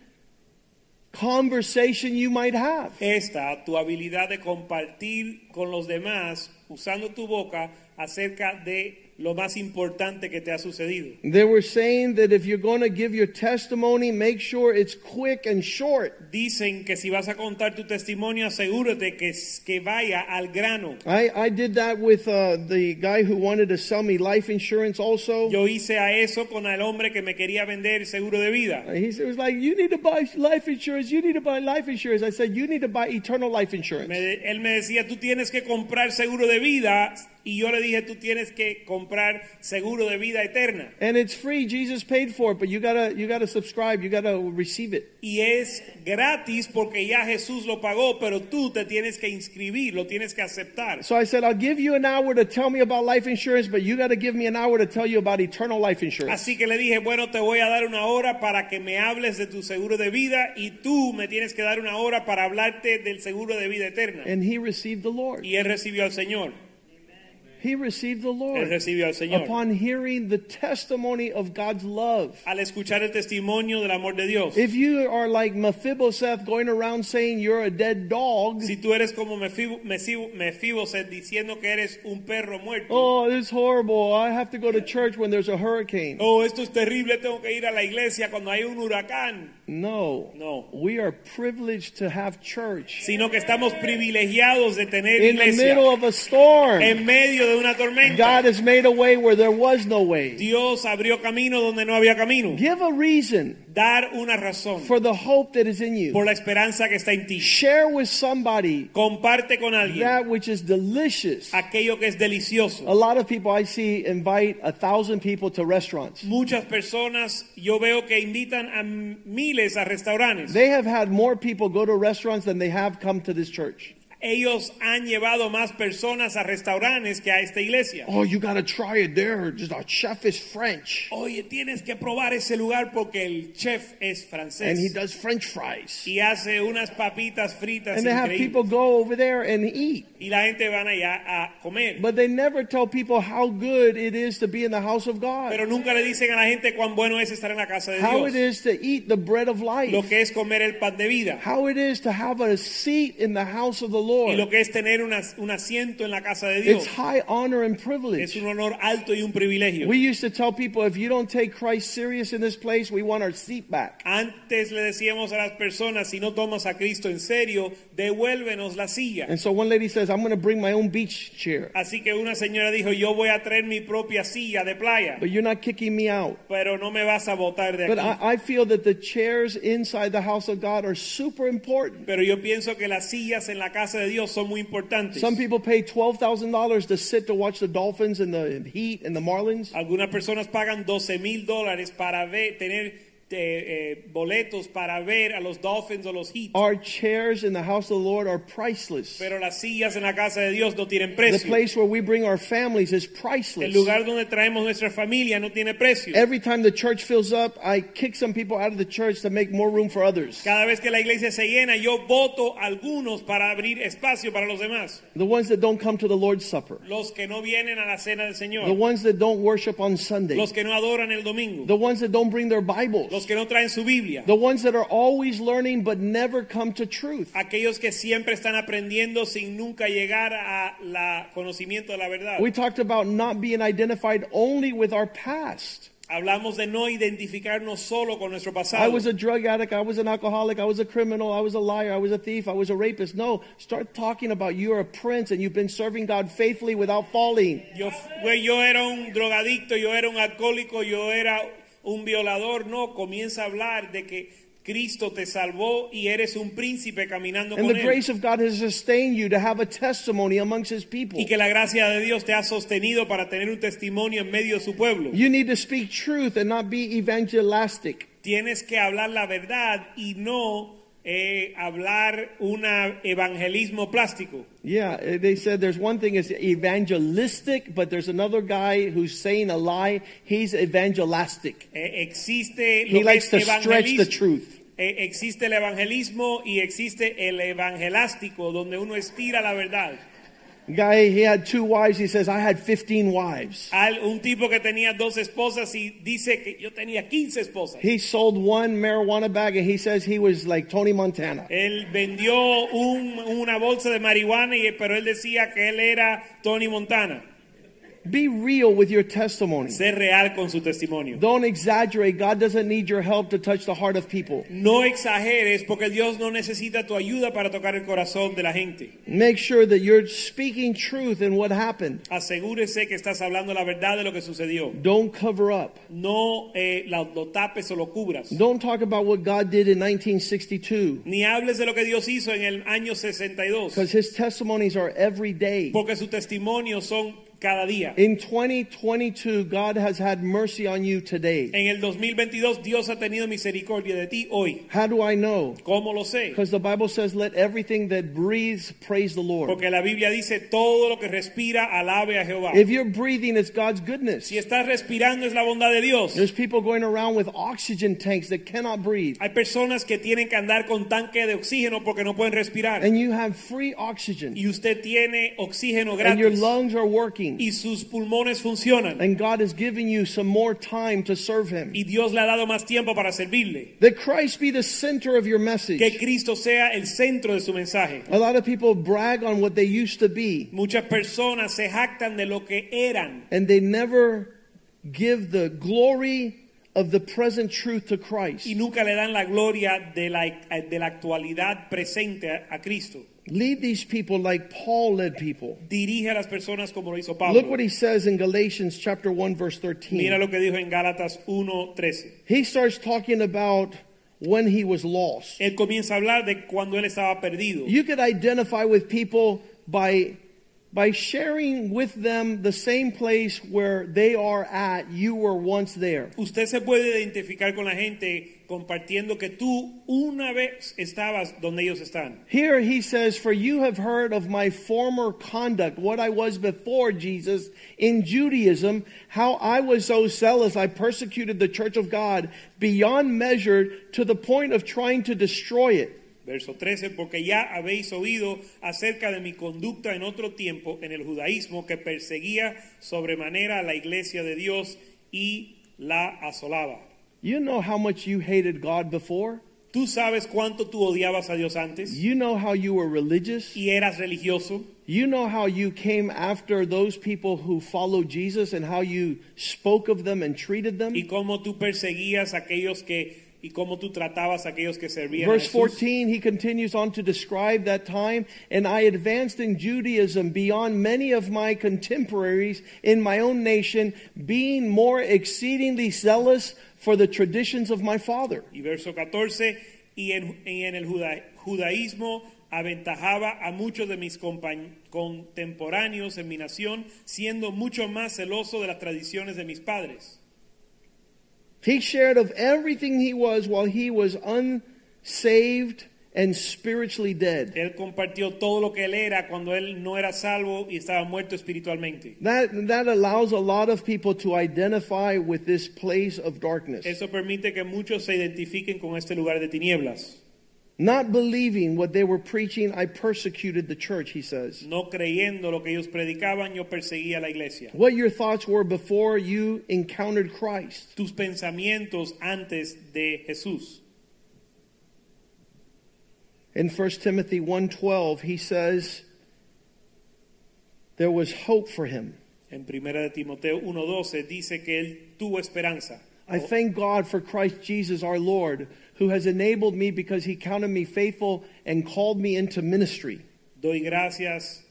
conversation you might have.
Esta, tu habilidad de compartir con los demás, usando tu boca, acerca de lo más importante que te ha sucedido.
They were saying that if you're going to give your testimony, make sure it's quick and short.
Dicen que si vas a contar tu testimonio, asegúrate que, que vaya al grano.
I, I did that with uh, the guy who wanted to sell me life insurance also.
Yo hice a eso con el hombre que me quería vender seguro de vida.
He said- was like, You need to buy life insurance. You need to buy life insurance. I said, You need to buy eternal life insurance.
Me- él me decía, tú tienes que comprar seguro de vida. Y yo le dije, tú tienes que comprar seguro de vida eterna.
And it's free. Jesus paid for it, but you gotta you gotta subscribe. You gotta receive it.
Y es gratis porque ya Jesús lo pagó, pero tú te tienes que inscribir, lo tienes que aceptar.
So I said, I'll give you an hour to tell me about life insurance, but you got to give me an hour to tell you about eternal life insurance.
Así que le dije, bueno, te voy a dar una hora para que me hables de tu seguro de vida y tú me tienes que dar una hora para hablarte del seguro de vida eterna.
And he received the Lord.
Y él recibió al Señor.
He received the
Él
Lord
recibió al Señor.
upon hearing the testimony of God's love.
Al escuchar el testimonio del amor de Dios.
If you are like Mephibosheth going around saying you're a dead dog,
Si tú eres como Mefibo- Mefibo- Mefiboset diciendo que eres un perro muerto.
oh, it's horrible. I have to go to church when there's a hurricane.
Oh, esto es terrible, tengo que ir a la iglesia cuando hay un huracán.
No.
No.
We are privileged to have church
Sino que estamos privilegiados de tener
in the
iglesia
middle of a storm.
en medio de una tormenta.
God has made a way where there was no way.
Dios abrió camino donde no había camino.
Give a reason
Dar una razón
for the hope that is in you.
por la esperanza que está en ti.
Share with somebody
Comparte con alguien
that which is delicious.
aquello que es
A
delicioso.
lot of people I see invite a thousand people to restaurants.
Muchas personas yo veo que invitan a miles a restaurantes.
They have had more people go to restaurants than they have come to this church.
Ellos han llevado más personas a restaurantes que a esta iglesia.
Oh, you got to try it there. Just our chef is French,
Oye, tienes que probar ese lugar porque el chef es francés
and he does French fries.
y hace unas papitas fritas
And they have people
increíbles.
go over there and eat,
y la gente van allá a comer.
but they never tell people how good it is to be in the house of God,
Pero nunca le dicen a la gente cuán bueno es estar en la casa de
how it
Dios.
is to eat the bread of
Lo
life,
que es comer el pan de vida
how it is to have a seat in the house of the
y lo
Lord.
que es tener una- un asiento en la casa de
It's
Dios.
high honor and
Es
privilege.
un honor alto y un privilegio.
We used to tell people if you don't take Christ serious in this place, we want our seat back.
Antes le decíamos a las personas, si no tomas a Cristo en serio, devuélvenos la silla.
And so one lady says, I'm going to bring my own beach chair,
Así que una señora dijo, yo voy a traer mi propia silla de playa,
but you're not kicking me out.
pero no me vas a botar de
But
aquí.
I, I feel that the chairs inside the house of God are super important.
pero yo pienso que las sillas en la casa de Dios son muy importantes.
Some people pay $12,000 to sit to watch the Dolphins and the Heat and the Marlins.
Algunas personas pagan 12 mil dólares para ver, tener eh, eh, boletos para ver a los Dolphins o los Heat.
Our chairs in the house of the Lord are priceless.
pero las sillas en la casa de Dios no tienen
The
precio.
place where we bring our families is
El
priceless.
lugar donde traemos nuestra familia no tiene precio.
Every time the church fills up, I kick some people out of the church to make more room for others.
Cada vez que la iglesia se llena, yo voto a algunos para abrir espacio para los demás.
The ones that don't come to the Lord's Supper.
Los que no vienen a la cena del Señor.
The ones that don't worship on Sunday.
los que no adoran el domingo,
The ones that don't bring their
los
Bibles.
que no traen su Biblia,
The ones that are always learning but never come to truth.
aquellos que siempre están aprendiendo sin nunca llegar a la conocimiento de la verdad.
We talked about not being identified only with our past.
Hablamos de no identificarnos solo con nuestro
I
pasado.
was a drug addict, I was an alcoholic, I was a criminal, I was a liar, I was a thief, I was a rapist. No, start talking about you're a prince and you've been serving God faithfully without falling.
Yo, güey, yo era un drogadicto, yo era un alcohólico, yo era un violador. No, comienza a hablar de que Cristo te salvó y eres un príncipe caminando
And
con
the
él.
grace of God has sustained you to have a testimony amongst his people.
Y que la gracia de Dios te ha sostenido para tener un testimonio en medio de su pueblo.
You need to speak truth and not be evangelistic.
tienes que hablar la verdad y no eh, hablar un evangelismo plástico.
Yeah, eh, they said there's one thing is evangelistic, but there's another guy who's saying a lie. He's evangelistic.
Eh, existe lo
He
que
likes
es
to stretch the
evangelismo.
truth.
Eh, existe el evangelismo y existe el evangelástico, donde uno estira la verdad.
Guy, he had two wives. He says, I had 15 wives.
Al- un tipo que tenía dos esposas y dice que yo tenía 15 esposas.
He sold one marijuana bag and he says he was like Tony Montana.
Él vendió un- una bolsa de marihuana, y, pero él decía que él era Tony Montana.
Be real with your testimony.
Ser real con su testimonio.
Don't exaggerate. God doesn't need your help to touch the heart of people.
No exageres porque Dios no necesita tu ayuda para tocar el corazón de la gente.
Make sure that you're speaking truth in what happened.
Asegúrese que estás hablando la verdad de lo que sucedió.
Don't cover up.
No eh, la- lo tapes o lo cubras.
Don't talk about what God did in 1962
Ni hables de lo que Dios hizo en el año 62.
because his testimonies are every day.
Porque sus testimonios son cada día.
In 2022, God has had mercy on you today.
En el 2022 Dios ha tenido misericordia de ti hoy.
How do I know?
¿Cómo lo sé?
Because the Bible says, let everything that breathes praise the Lord.
Porque la Biblia dice todo lo que respira alabe a Jehová.
If you're breathing, it's God's goodness.
Si estás respirando es la bondad de Dios.
There's people going around with oxygen tanks that cannot breathe.
Hay personas que tienen que andar con tanque de oxígeno porque no pueden respirar.
And you have free oxygen.
y usted tiene oxígeno
And your
gratis
lungs are working. breathing.
y sus pulmones funcionan.
And God has given you some more time to serve Him.
Y Dios le ha dado más tiempo para servirle.
That Christ be the center of your message.
Que Cristo sea el centro de su mensaje.
A lot of people brag on what they used to be,
Muchas personas se jactan de lo que eran
and they never give the glory of the present truth to Christ.
y nunca le dan la gloria de la, de la actualidad presente a, a Cristo.
Lead these people like Paul led people.
Dirige a las personas como lo hizo
Look what
Pablo.
he says in Galatians chapter 1 verse
Mira
13.
lo que dijo en Gálatas 1:13.
He starts talking about when he was lost.
Él comienza a hablar de cuando él estaba perdido.
You could identify with people by by sharing with them the same place where they are at, you were once there.
Usted se puede identificar con la gente compartiendo que tú una vez estabas donde ellos están.
Here he says, For you have heard of my former conduct, what I was before Jesus in Judaism, how I was so zealous, I persecuted the church of God beyond measure to the point of trying to destroy it.
Verso 13, porque ya habéis oído acerca de mi conducta en otro tiempo en el judaísmo que perseguía sobremanera a la iglesia de Dios y la asolaba.
You know how much you hated God before.
Tú sabes cuánto tú odiabas a Dios antes
You know how you were religious.
y eras religioso.
You know how you came after those people who followed Jesus and how you spoke of them and treated them.
y cómo tú perseguías a aquellos que y cómo tú tratabas a aquellos que servían a
Verse
Jesús.
14, he continues on to describe that time, and I advanced in Judaism beyond many of my contemporaries in my own nation, being more exceedingly zealous for the traditions of my father.
Y verso 14, y en, y en el juda- judaísmo aventajaba a muchos de mis compañ- contemporáneos en mi nación, siendo mucho más celoso de las tradiciones de mis padres.
He shared of everything he was while he was unsaved and spiritually dead.
Él compartió todo lo que él era cuando él no era salvo y estaba muerto espiritualmente.
That, that allows a lot of people to identify with this place of darkness.
Eso permite que muchos se identifiquen con este lugar de tinieblas.
Not believing what they were preaching, I persecuted the church, he says.
No creyendo lo que ellos predicaban, yo perseguía a la iglesia.
what your thoughts were before you encountered Christ.
tus pensamientos antes de Jesús.
In 1 Timothy 1:12, he says there was hope for him.
En primera de Timoteo 1:12 dice que él tuvo esperanza.
I thank God for Christ Jesus our Lord, who has enabled me because he counted me faithful and called me into ministry.
Doy gracias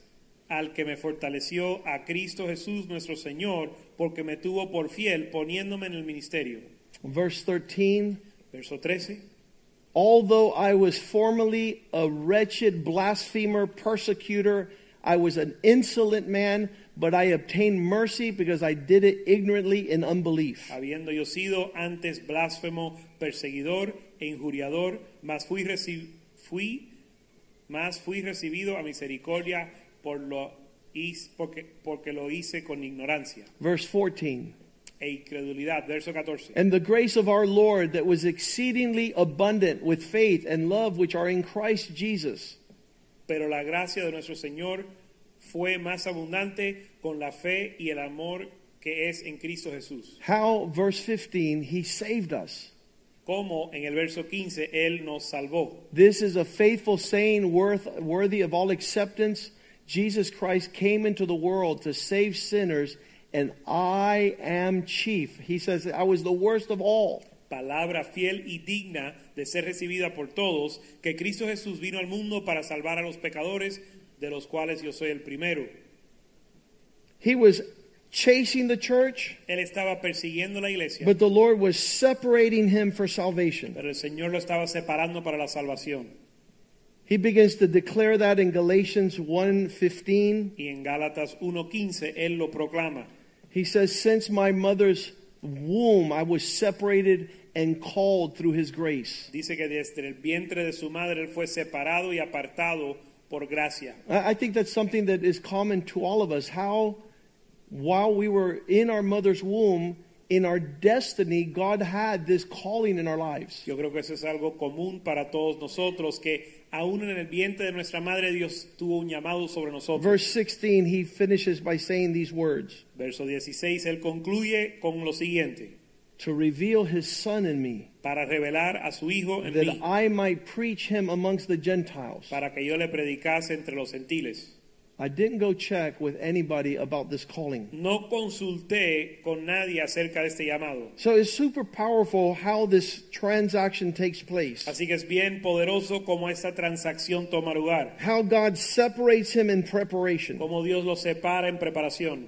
al que me fortaleció, a Cristo Jesús nuestro Señor, porque me tuvo por fiel poniéndome en el ministerio.
Verse 13,
Verso 13.
although I was formerly a wretched blasphemer, persecutor, I was an insolent man, but I obtained mercy because I did it ignorantly in unbelief.
Habiendo yo sido antes blasfemo, perseguidor e injuriador, mas fui, reci- fui- mas fui recibido a misericordia por lo his- porque, porque lo hice con ignorancia.
Verse 14.
e incredulidad. Verso 14.
And the grace of our Lord that was exceedingly abundant with faith and love which are in Christ Jesus.
Pero la gracia de nuestro Señor fue más abundante con la fe y el amor que es en Cristo Jesús.
How, verse 15, he saved us.
Como en el verso 15 Él nos salvó.
This is a faithful saying worth, worthy of all acceptance. Jesus Christ came into the world to save sinners, and I am chief. He says, I was the worst of all.
Palabra fiel y digna de ser recibida por todos, que Cristo Jesús vino al mundo para salvar a los pecadores, de los cuales yo soy el primero.
He was chasing the church,
Él estaba persiguiendo la iglesia,
but the Lord was separating him for salvation.
pero el Señor lo estaba separando para la salvación.
He begins to declare that in Galatians 1:15.
Y en Gálatas 1.15 Él lo proclama.
He says, "Since my mother's womb I was separated and called through his grace."
Dice que desde el vientre de su madre él fue separado y apartado por gracia.
I I think that's something that is common to all of us. How while we were in our mother's womb, in our destiny, God had this calling in our lives.
Yo creo que eso es algo común para todos nosotros, que aún en el vientre de nuestra madre Dios tuvo un llamado sobre nosotros.
Verse 16, he finishes by saying these words
Verso 16, él concluye con lo siguiente,
To reveal his son in me,
para revelar a su hijo en mí,
that I might preach him amongst the Gentiles.
para que yo le predicase entre los gentiles.
I didn't go check with anybody about this calling.
No consulté con nadie acerca de este llamado.
So it's super powerful how this transaction takes place.
Así que es bien poderoso como esta transacción toma lugar,
How God separates him in preparation.
como Dios lo separa en preparación.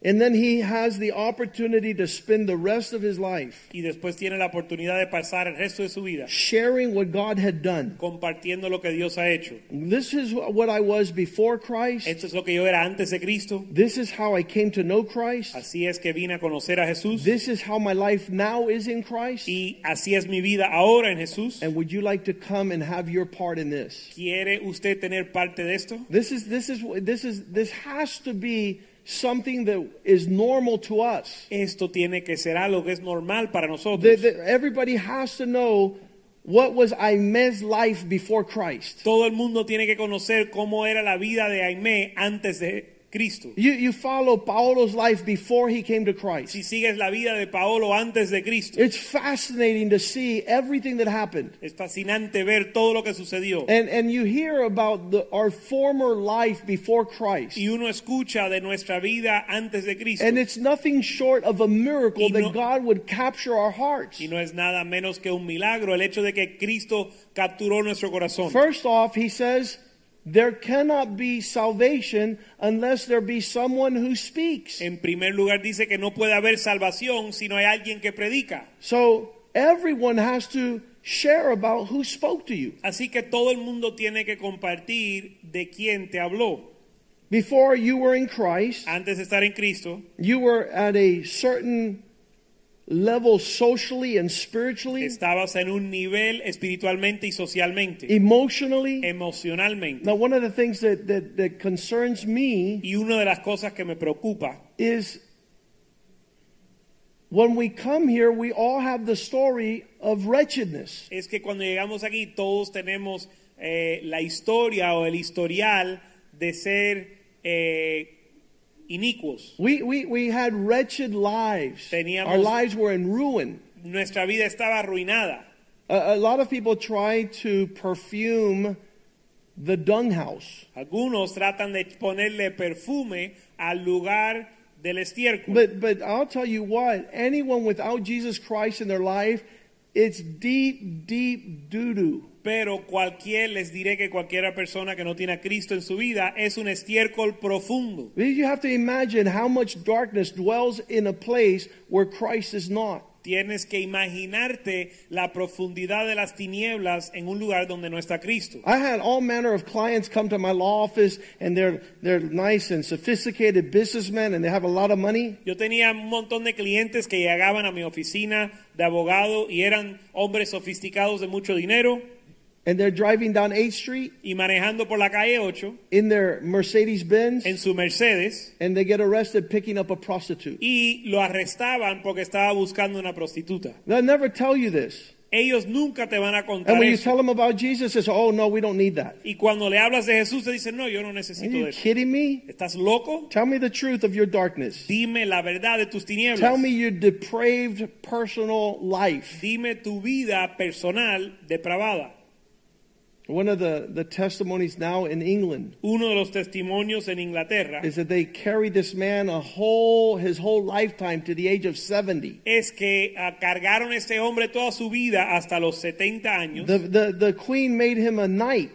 And then he has the opportunity to spend the rest of his life
Y después tiene la oportunidad de pasar el resto de su vida
sharing what God had done.
compartiendo lo que Dios ha hecho.
This is what I was before Christ.
Esto es lo que yo era antes de Cristo.
This is how I came to know Christ.
Así es que vine a conocer a Jesús.
This is how my life now is in Christ.
y así es mi vida ahora en Jesús.
And would you like to come and have your part in this?
¿Quiere usted tener parte de esto?
This is this is this is this has to be something that is normal to us.
Esto tiene que ser algo que es normal para
The-
nosotros.
the- everybody has to know what was Aime's life before Christ.
Todo el mundo tiene que conocer cómo era la vida de Aimé antes de Cristo.
You you follow Paolo's life before he came to Christ.
Si sigues la vida de Paolo antes de Cristo,
It's fascinating to see everything that happened.
es fascinante ver todo lo que sucedió.
And and you hear about the, our former life before Christ.
Y uno escucha de nuestra vida antes de Cristo.
And it's nothing short of a miracle
Y
that
no-
God would capture our hearts.
Y no es nada menos que un milagro el hecho de que Cristo capturó nuestro corazón.
First off, he says there cannot be salvation unless there be someone who speaks.
En primer lugar dice que no puede haber salvación si no hay alguien que predica.
So everyone has to share about who spoke to you.
Así que todo el mundo tiene que compartir de quién te habló.
Before you were in Christ,
Antes de estar en Cristo,
you were at a certain level socially and spiritually,
estabas en un nivel espiritualmente y socialmente,
emotionally.
emocionalmente.
Now, one of the things that, that, that concerns me
Y una de las cosas que me preocupa
is when we come here, we all have the story of wretchedness.
es que cuando llegamos aquí todos tenemos eh, la historia o el historial de ser eh, inicuos.
We, we, we had wretched lives.
Teníamos-
Our lives were in ruin.
Nuestra vida estaba arruinada.
A, a lot of people try to perfume the dung house.
Algunos tratan de ponerle perfume al lugar del estiércol.
But, but I'll tell you what, anyone without Jesus Christ in their life, it's deep, deep doo doo.
Pero cualquier, les diré que cualquiera persona que no tiene a Cristo en su vida es un estiércol profundo.
You have to imagine how much darkness dwells in a place where Christ is not.
Tienes que imaginarte la profundidad de las tinieblas en un lugar donde no está Cristo.
I had all manner of clients come to my law office, and they're, they're nice and sophisticated businessmen, and they have a lot of money.
Yo tenía un montón de clientes que llegaban a mi oficina de abogado y eran hombres sofisticados de mucho dinero
and they're driving down 8th Street
y manejando por la calle 8
in their Mercedes Benz
en su Mercedes
and they get arrested picking up a prostitute.
y lo arrestaban porque estaba buscando una prostituta.
They'll never tell you this.
Ellos nunca te van a
And
contar
when you
eso.
tell them about Jesus, they say, oh, no, we don't need that.
Y cuando le hablas de Jesús te dicen, no, yo no
Are
necesito de
you
eso.
kidding me?
¿Estás loco?
Tell me the truth of your darkness.
Dime la verdad de tus tinieblas.
Tell me your depraved personal life.
Dime tu vida personal depravada.
One of the, the testimonies now in England
Uno de los testimonios en Inglaterra
is that they carried this man a whole his whole lifetime to the age of 70.
es que ah, cargaron a este hombre toda su vida hasta los 70 años.
The, the, the queen made him a knight.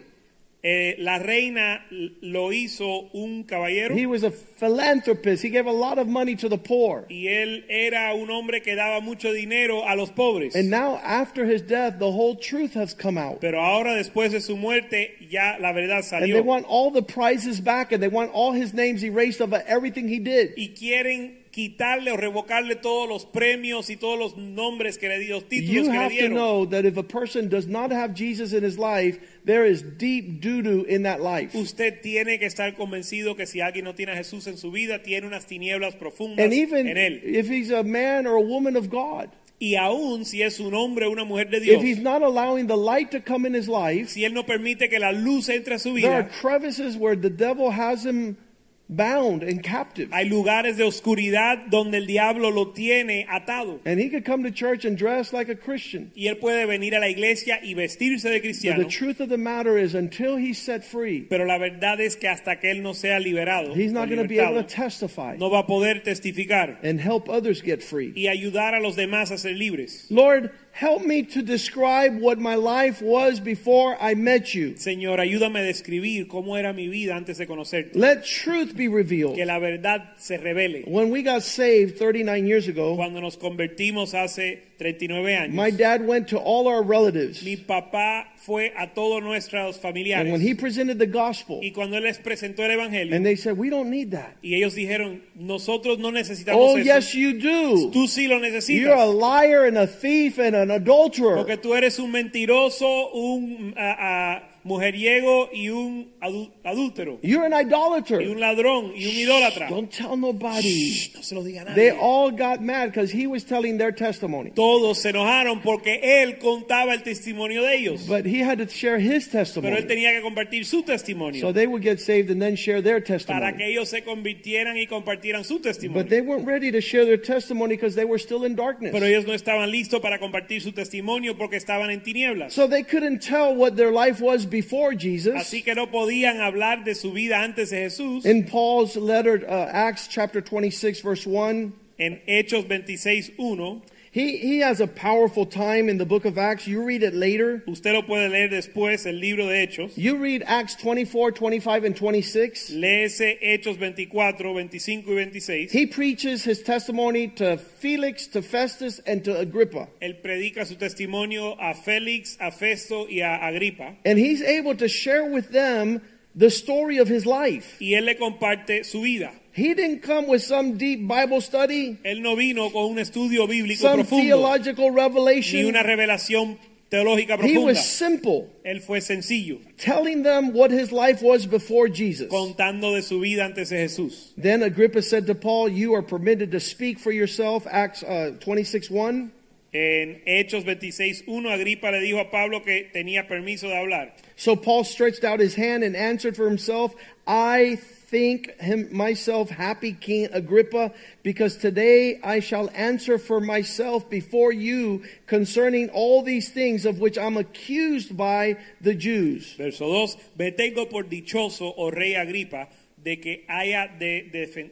Eh, la reina l- lo hizo un caballero
He was a philanthropist. He gave a lot of money to the poor.
y él era un hombre que daba mucho dinero a los pobres.
And now, after his death, the whole truth has come out.
Pero ahora después de su muerte ya la verdad
And they
salió.
want all the prizes back and they want all his names erased of everything he did.
y quieren quitarle o revocarle todos los premios y todos los nombres que le dio, los títulos
You
que le
have to
dieron.
know that if a person does not have Jesus in his life, there is deep doo doo in that life.
Usted tiene que estar convencido que si alguien no tiene a Jesús en su vida, tiene unas tinieblas profundas
And even
en él.
if he's a man or a woman of God,
Y aún si es un hombre o una mujer de
if
Dios,
he's not allowing the light to come in his life,
si él no permite que la luz entre a su
there are
vida,
crevices where the devil has him bound and captive.
hay lugares de oscuridad donde el diablo lo tiene atado.
And he could come to church and dress like a Christian.
Y él puede venir a la iglesia y vestirse de
But
cristiano.
the truth of the matter is, until he's set free,
Pero la verdad es que hasta que él no sea liberado,
he's
o
not going to be able to
libertado,
testify
no va a poder testificar
and help others get free.
y ayudar a los demás a ser libres.
Lord, help me to describe what my life was before I met you.
Señor, ayúdame a describir cómo era mi vida antes de conocerte.
Let truth be revealed.
Que la verdad se revele.
When we got saved 39 years ago,
Cuando nos convertimos hace 39 años,
my dad went to all our relatives.
mi papá fue a todos nuestros
And when
familiares.
he presented the gospel,
Y cuando él les presentó el evangelio,
and they said, We don't need that.
y ellos dijeron, nosotros no necesitamos
Oh,
eso.
yes, you do.
Tú sí lo necesitas.
You're a liar and a thief and an adulterer.
Porque tú eres un mentiroso, un ah, ah, mujeriego y un adu- adúltero.
You're an
Y un
idolater.
ladrón y un idólatra.
Don't tell nobody.
No se lo diga a nadie.
They all got mad because he was telling their testimony.
Todos se enojaron porque él contaba el testimonio de ellos.
But he had to share his
Pero él
testimony.
tenía que compartir su testimonio
So they would get saved and then share their
para que
testimony.
ellos se convirtieran y compartieran su
But
testimonio.
they weren't ready to share their testimony because they were still in
Pero
darkness.
ellos no estaban listos para compartir su testimonio porque estaban en tinieblas.
So they couldn't tell what their life was before Jesus.
Así que no podían hablar de su vida antes de Jesús.
In Paul's letter, uh, Acts chapter 26, verse 1,
En Hechos 26.1,
he, he has a powerful time in the book of Acts. You read it later.
usted lo puede leer después, el libro de Hechos.
You read Acts 24, 25, and 26.
Léese Hechos 24, 25 y 26.
He preaches his testimony to Felix, to Festus, and to Agrippa.
Él predica su testimonio a Félix, a Festo y a Agripa.
And he's able to share with them the story of his life.
Y él le comparte su vida.
He didn't come with some deep Bible study,
Él no vino con un estudio bíblico
some
profundo
theological
ni
revelation.
una revelación teológica
He
profunda.
was simple,
Él fue sencillo,
telling them what his life was before Jesus.
contando de su vida antes de Jesús.
Then Agrippa said to Paul, You are permitted to speak for yourself, Acts uh, 26 1.
En Hechos 26.1, Agripa le dijo a Pablo que tenía permiso de hablar.
So Paul stretched out his hand and answered for himself, I think him, myself happy, King Agrippa, because today I shall answer for myself before you concerning all these things of which I'm accused by the Jews.
Verso 2, me tengo por dichoso, oh rey Agripa, de que haya de, de defen-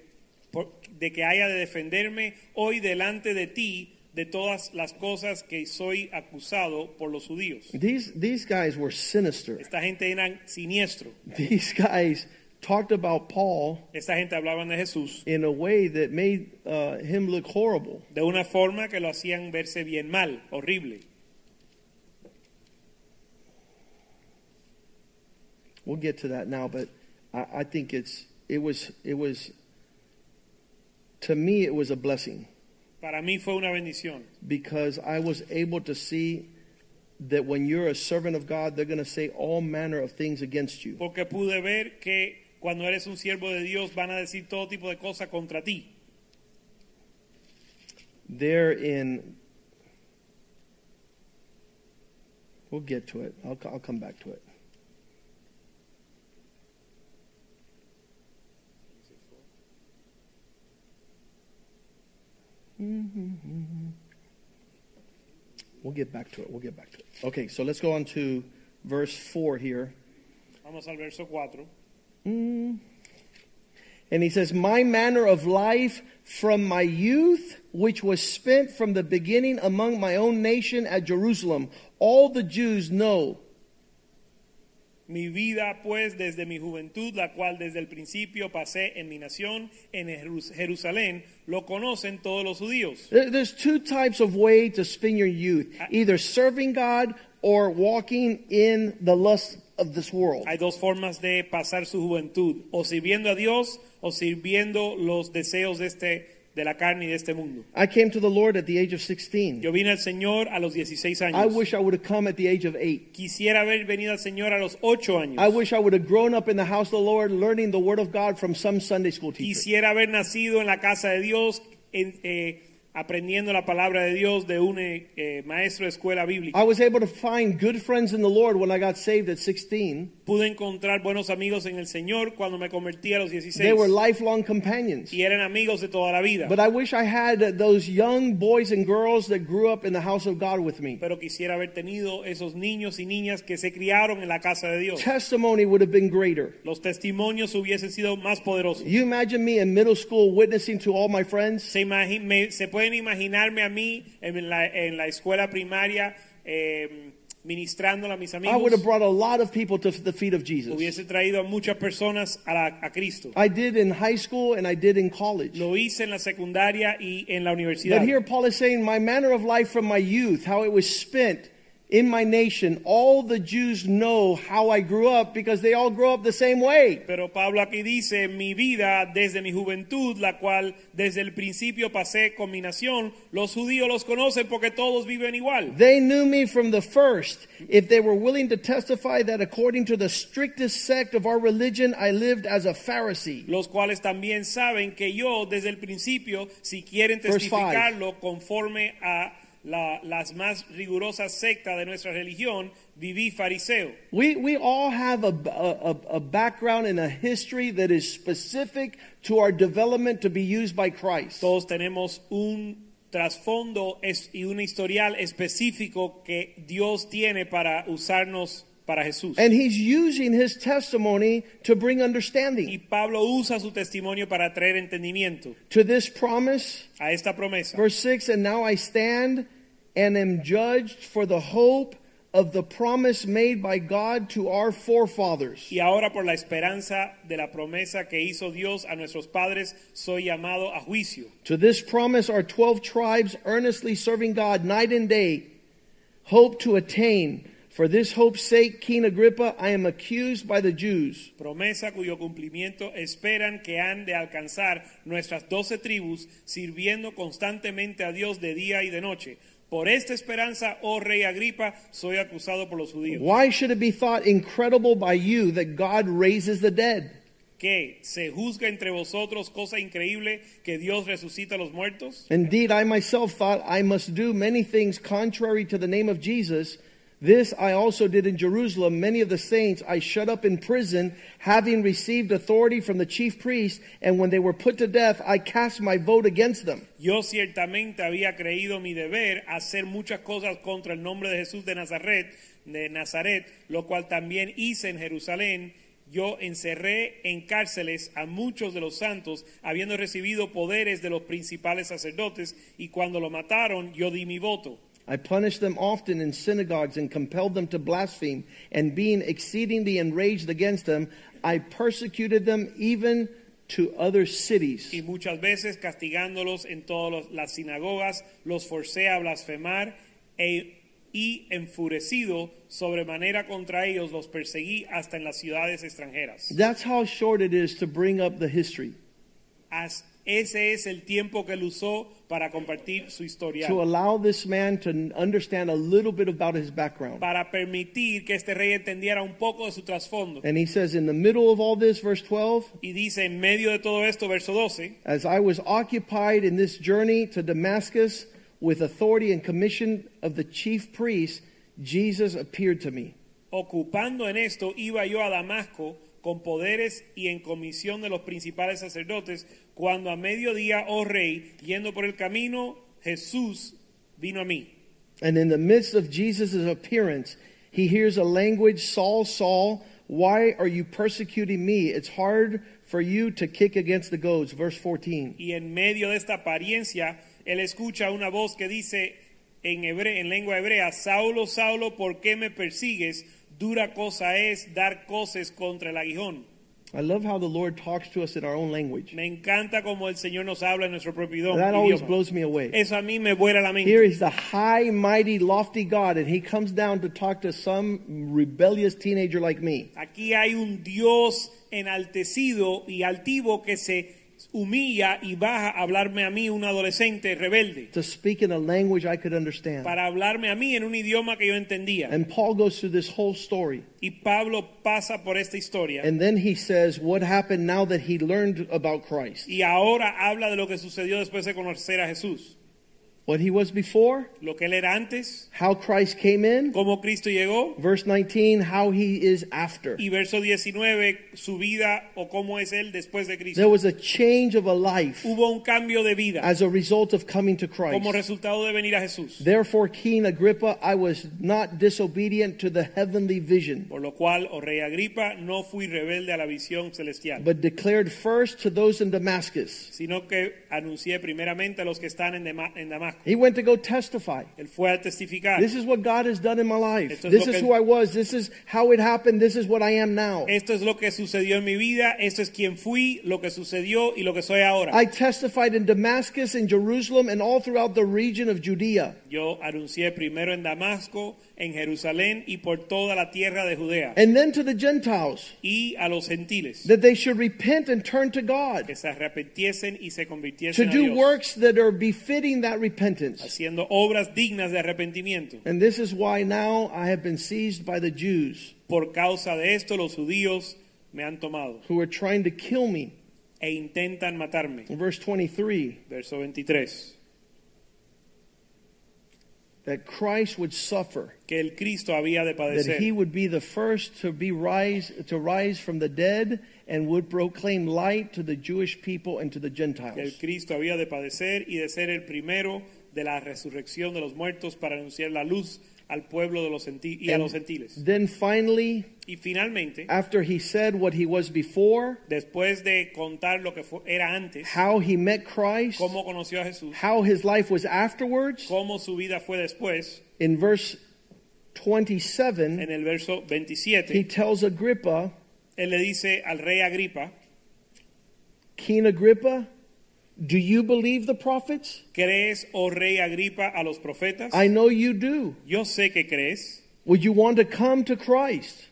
por- de que haya de defenderme hoy delante de ti de todas las cosas que soy acusado por los judíos.
These, these guys were sinister.
Esta gente eran siniestro.
These guys talked about Paul
Esta gente hablaban de Jesús
in a way that made uh, him look horrible.
de una forma que lo hacían verse bien mal, horrible.
We'll get to that now, but I, I think it's, it, was, it was, to me, it was a blessing.
Para mí fue una bendición,
because I was able to see that when you're a servant of God, they're going to say all manner of things against you.
porque pude ver que cuando eres un siervo de Dios van a decir todo tipo de cosas contra ti.
They're in. We'll get to it. I'll, I'll come back to it. Mm-hmm. We'll get back to it. We'll get back to it. Okay, so let's go on to verse 4 here.
Vamos al verso 4.
And he says, My manner of life from my youth, which was spent from the beginning among my own nation at Jerusalem, all the Jews know.
Mi vida, pues, desde mi juventud, la cual desde el principio pasé en mi nación, en Jerus- Jerusalén, lo conocen todos los judíos.
There- There's two types of way to spend your youth either serving God or walking in the lust of this world.
Hay dos formas de pasar su juventud, o sirviendo a Dios o sirviendo los deseos de este de la carne y de este mundo.
I came to the Lord at the age of 16.
Yo vine al Señor a los 16
I
años.
wish I would have come at the age of 8.
Quisiera haber venido al Señor a los 8
I
años.
wish I would have grown up in the house of the Lord learning the Word of God from some Sunday school teacher.
Quisiera haber nacido en la casa de Dios, en- eh, aprendiendo la palabra de Dios de un eh, eh, maestro de escuela bíblica.
I was able to find good friends in the Lord when I got saved at 16.
Pude encontrar buenos amigos en el Señor cuando me convertí a los 16.
They were lifelong companions.
y eran amigos de toda la vida.
But I wish I had those young boys and girls that grew up in the house of God with me.
Pero quisiera haber tenido esos niños y niñas que se criaron en la casa de Dios.
Testimony would have been greater.
Los testimonios hubiesen sido más poderosos.
You imagine me in middle school witnessing to all my friends?
Se, imagi- me- se pueden imaginarme a mí en la, en la escuela primaria eh, ministrándola a mis
I would have
amigos.
brought a lot of people to the feet of Jesus.
Hubiese traído a muchas personas a, la- a Cristo.
I did in high school and I did in college.
Lo hice en la secundaria y en la universidad.
But here Paul is saying, My manner of life from my youth, how it was spent in my nation, all the Jews know how I grew up because they all grow up the same way.
Pero Pablo aquí dice, mi vida desde mi juventud, la cual desde el principio pasé con mi nación, los judíos los conocen porque todos viven igual.
They knew me from the first, if they were willing to testify that according to the strictest sect of our religion, I lived as a Pharisee.
Los cuales también saben que yo desde el principio, si quieren
Verse
testificarlo conforme a la- las más rigurosas sectas de nuestra religión, viví fariseo.
We, we all have a, a, a background and a history that is specific to our development to be used by Christ.
Todos tenemos un trasfondo es- y un historial específico que Dios tiene para usarnos para Jesús.
And he's using his testimony to bring
Y
understanding.
Pablo usa su testimonio para traer entendimiento
to this promise.
a esta promesa.
Verse 6 And now I stand and am judged for the hope of the promise made by God to our forefathers.
Y ahora por la esperanza de la promesa que hizo Dios a nuestros padres, soy llamado a juicio.
To this promise, our 12 tribes, earnestly serving God night and day, hope to attain. For this hope's sake, King Agrippa, I am accused by the Jews.
Promesa cuyo cumplimiento esperan que han de alcanzar nuestras doce tribus, sirviendo constantemente a Dios de día y de noche. Por esta esperanza, oh rey Agripa, soy acusado por los judíos.
Why should it be thought incredible by you that God raises the dead?
Que se juzga entre vosotros cosa increíble que Dios resucita a los muertos.
Indeed, I myself thought I must do many things contrary to the name of Jesus. This I also did in Jerusalem. Many of the saints I shut up in prison, having received authority from the chief priests, and when they were put to death, I cast my vote against them.
Yo ciertamente había creído mi deber hacer muchas cosas contra el nombre de Jesús de Nazaret, de Nazaret, lo cual también hice en Jerusalén. Yo encerré en cárceles a muchos de los santos, habiendo recibido poderes de los principales sacerdotes, y cuando lo mataron, yo di mi voto.
I punished them often in synagogues and compelled them to blaspheme, and being exceedingly enraged against them, I persecuted them even to other cities.
Y muchas veces castigándolos en todas los- las sinagogas, los forcé a blasfemar e- y enfurecido sobremanera contra ellos, los perseguí hasta en las ciudades extranjeras.
That's how short it is to bring up the history.
As- ese es el tiempo que él usó para compartir su historia,
to allow this man to understand a little bit about his background.
para permitir que este rey entendiera un poco de su trasfondo.
And he says, in the middle of all this, verse 12,
Y dice en medio de todo esto, verso 12,
as I was occupied in this journey to Damascus with authority and commission of the chief priests, Jesus appeared to me.
ocupando en esto, iba yo a Damasco con poderes y en comisión de los principales sacerdotes, cuando a mediodía, oh rey, yendo por el camino, Jesús vino a mí.
And in the midst of Jesus' appearance, he hears a language Saul, Saul, why are you persecuting me? It's hard for you to kick against the goads. Verse 14.
Y en medio de esta apariencia, él escucha una voz que dice en, hebre- en lengua hebrea, Saulo, Saulo, ¿por qué me persigues? Dura cosa es dar coces contra el aguijón.
I love how the Lord talks to us in our own language.
Me encanta como el Señor nos habla en nuestro propio idom-
That always
idioma.
blows me away.
Eso a mí me vuela la mente.
Here is the high, mighty, lofty God, and he comes down to talk to some rebellious teenager like me.
Aquí hay un Dios enaltecido y altivo que se humilla y baja a hablarme a mí, un adolescente rebelde,
to speak in a language I could understand.
para hablarme a mí en un idioma que yo entendía.
And Paul goes through this whole story.
Y Pablo pasa por esta historia
And then he says what happened now that he learned about Christ.
y ahora habla de lo que sucedió después de conocer a Jesús,
What he was before,
lo que él era antes,
how Christ came in,
cómo Cristo llegó
verse 19, how he is after.
y verso 19, su vida o cómo es él después de
There
Cristo.
was a change of a life
Hubo un cambio de vida
as a result of coming to Christ.
como resultado de venir a Jesús.
Therefore, King Agrippa, I was not disobedient to the heavenly vision,
Por lo cual, oh rey Agripa, no fui rebelde a la visión celestial,
but declared first to those in Damascus.
sino que anuncié primeramente a los que están en, Dema- en Damasco.
He went to go testify.
Él fue a testificar.
This is what God has done in my life.
Esto es
This
lo
is
que-
who I was. This is how it happened. This is what I am now.
Esto es lo que sucedió en mi vida, esto es quien fui, lo que sucedió y lo que soy ahora.
I testified in Damascus, in Jerusalem, and all throughout the region of Judea.
Yo anuncié primero en Damasco, en Jerusalén y por toda la tierra de Judea
And then to the Gentiles,
y a los gentiles
that they should repent and turn to God
que se arrepentiesen y se
to
convirtiesen a
do
Dios,
works that are befitting that repentance.
haciendo obras dignas de arrepentimiento.
And this is why now I have been seized by the Jews
Por causa de esto los judíos me han tomado
who are trying to kill me.
e intentan matarme.
In verse 23,
Verso 23.
that Christ would suffer,
Que el Cristo había de
that he
padecer,
would be the first to be rise to rise from the dead and would proclaim light to the Jewish people and to the
que el
Gentiles.
Cristo había de padecer y de ser el primero de la resurrección de los muertos para anunciar la luz al pueblo de los genti- y a los gentiles.
Then finally,
Y finalmente,
after he said what he was before,
después de contar lo que fue- era antes,
how he met Christ,
cómo conoció a Jesús,
how his life was afterwards,
cómo su vida fue después,
in verse
en
27,
el verso
he
27,
tells Agrippa,
él le dice al rey Agripa,
King Agrippa, do you believe the prophets?
¿crees, oh rey Agripa, a los profetas?
I know you do.
Yo sé que crees.
Would you want to come to Christ?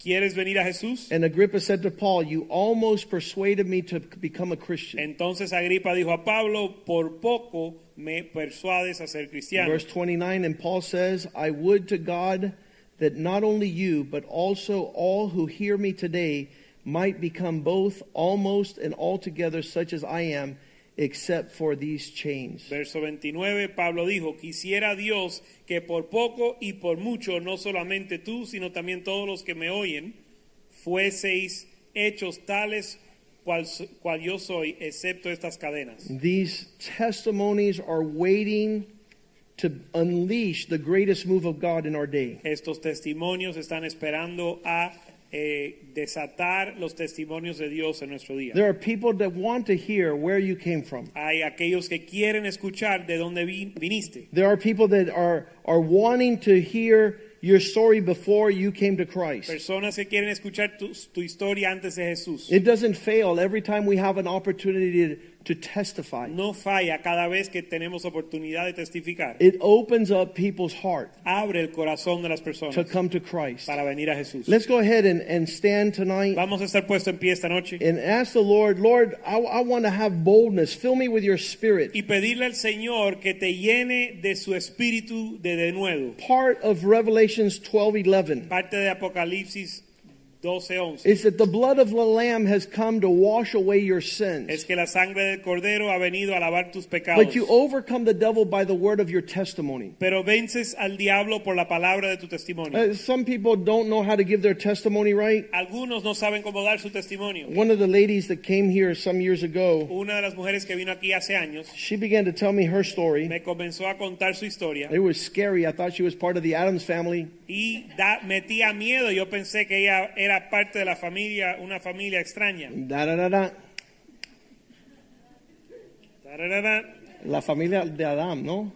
¿Quieres venir a Jesús?
And Agrippa said to Paul, You almost persuaded me to become a Christian.
Entonces Agripa dijo a Pablo, por poco me persuades a ser cristiano.
Verse 29, and Paul says, I would to God that not only you, but also all who hear me today might become both almost and altogether such as I am, except for these chains.
Verso 29, Pablo dijo, quisiera Dios que por poco y por mucho, no solamente tú, sino también todos los que me oyen, fueseis hechos tales cual, so- cual yo soy, excepto estas cadenas.
These testimonies are waiting to unleash the greatest move of God in our day.
Estos testimonios están esperando a eh, desatar los testimonios de Dios en nuestro día.
There are people that want to hear where you came from.
Hay aquellos que quieren escuchar de dónde vi- viniste.
There are people that are, are wanting to hear your story before you came to Christ.
Personas que quieren escuchar tu, tu historia antes de Jesús.
It doesn't fail every time we have an opportunity to, to testify.
No falla cada vez que tenemos oportunidad de testificar.
It opens up people's heart
Abre el corazón de las
to
personas
come to Christ.
para venir a Jesús.
Let's go ahead and, and stand tonight
Vamos a estar puesto en pie esta noche
and ask the Lord, Lord, I, I want to have boldness. Fill me with your spirit.
y pedirle al Señor que te llene de su espíritu de denuedo.
Part of Revelations 12 11
Parte de Apocalipsis 12:11.
is that the blood of the Lamb has come to wash away your
Es
sins.
que la sangre del cordero ha venido a lavar tus pecados.
But you overcome the devil by the word of your testimony.
Pero vences al diablo por la palabra de tu testimonio.
Uh, some people don't know how to give their testimony right.
Algunos no saben cómo dar su testimonio.
One of the ladies that came here some years ago,
Una de las mujeres que vino aquí hace años
she began to tell me her story.
me comenzó a contar su historia
It was scary. I thought she was part of the Adams family.
y da, metía miedo. Yo pensé que ella era parte de la familia, una familia extraña.
Da da da da.
Tararara,
La familia de Adam, ¿no?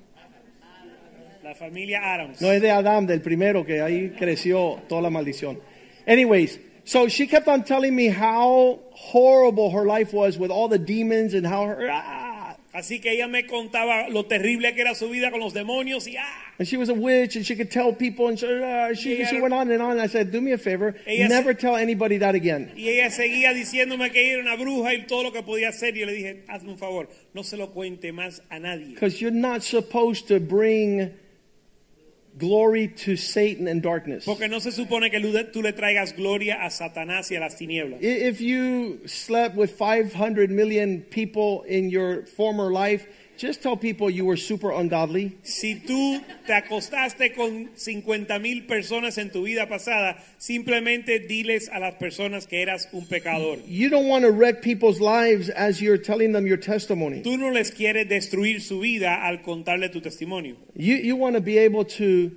La familia Adams.
No eh. es de Adam, del primero que ahí creció toda la maldición. Anyways, so she kept on telling me how horrible her life was with all the demons and how her. Ah,
Así que ella me contaba lo terrible que era su vida con los demonios y ah,
And she was a witch, and she could tell people, and she, uh, she, she went on and on. And I said, "Do me a favor,
Ella se-
never tell anybody that again."
y ella seguía diciéndome que ella era una bruja y todo lo que podía hacer. Y yo le dije, hazme un favor, no se lo cuente más a nadie.
Because you're not supposed to bring glory to Satan and darkness. I-
Porque no se supone que lu- tú le traigas gloria a Satanás y a las tinieblas.
If you slept with 500 million people in your former life, just tell people you were super ungodly.
Si tú te acostaste con 50 mil personas en tu vida pasada, simplemente diles a las personas que eras un pecador.
You don't want to wreck people's lives as you're telling them your testimony.
Tú no les quieres destruir su vida al contarle tu testimonio.
You, you want to be able to,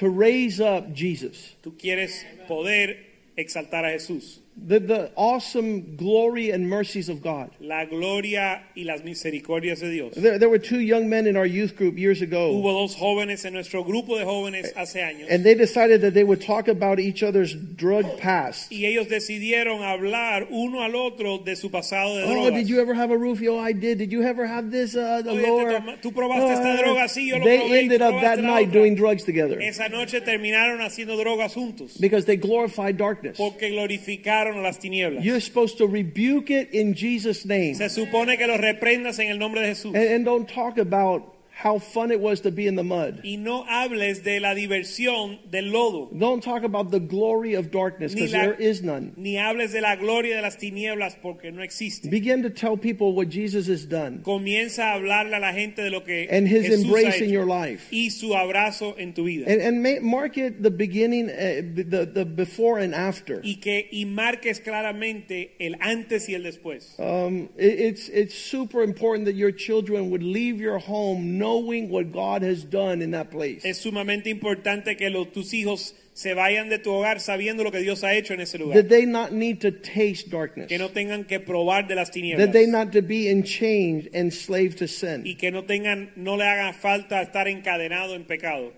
to raise up Jesus,
Tú quieres poder exaltar a Jesús.
the, the awesome glory and mercies of God.
La gloria y las misericordias de Dios.
There, there were two young men in our youth group years ago,
Hubo dos jóvenes en nuestro grupo de jóvenes hace años
and they decided that they would talk about each other's drug past.
y ellos decidieron hablar uno al otro de su pasado de
Oh,
drogas.
did you ever have a roofie? Oh, I did. Did you ever have this? Uh, the
Oye, te
Lord.
toma- tú probaste esta droga, sí, yo lo probé, tú
they ended up
probaste
that
la
night
otra.
doing drugs together
Esa noche terminaron haciendo drogas juntos
because they glorified darkness.
porque glorificaron a las tinieblas.
You're supposed to rebuke it in Jesus' name.
Se supone que los reprendas en el nombre de Jesús.
And, and don't talk about how fun it was to be in the mud.
Y no hables de la diversión del lodo,
Don't talk about the glory of darkness because
Ni la-
there is none.
ni hables de la gloria de las tinieblas porque no existe.
Begin to tell people what Jesus has done
Comienza a hablarle a la gente de lo que
and his
Jesús ha
embrace
hecho
in your life.
y su abrazo en tu vida.
And, and ma- mark it the beginning, uh, b- the, the before and after.
y que y marques claramente el antes y el después.
Um, it- it's, it's super important that your children would leave your home knowing what God has done in that place.
Es sumamente importante que los, tus hijos se vayan de tu hogar sabiendo lo que Dios ha hecho en ese lugar.
That they not need to taste darkness.
que no tengan que probar de las
That they
tinieblas
not to be enchained and slave to sin.
y que no tengan no le haga falta estar encadenado en pecado.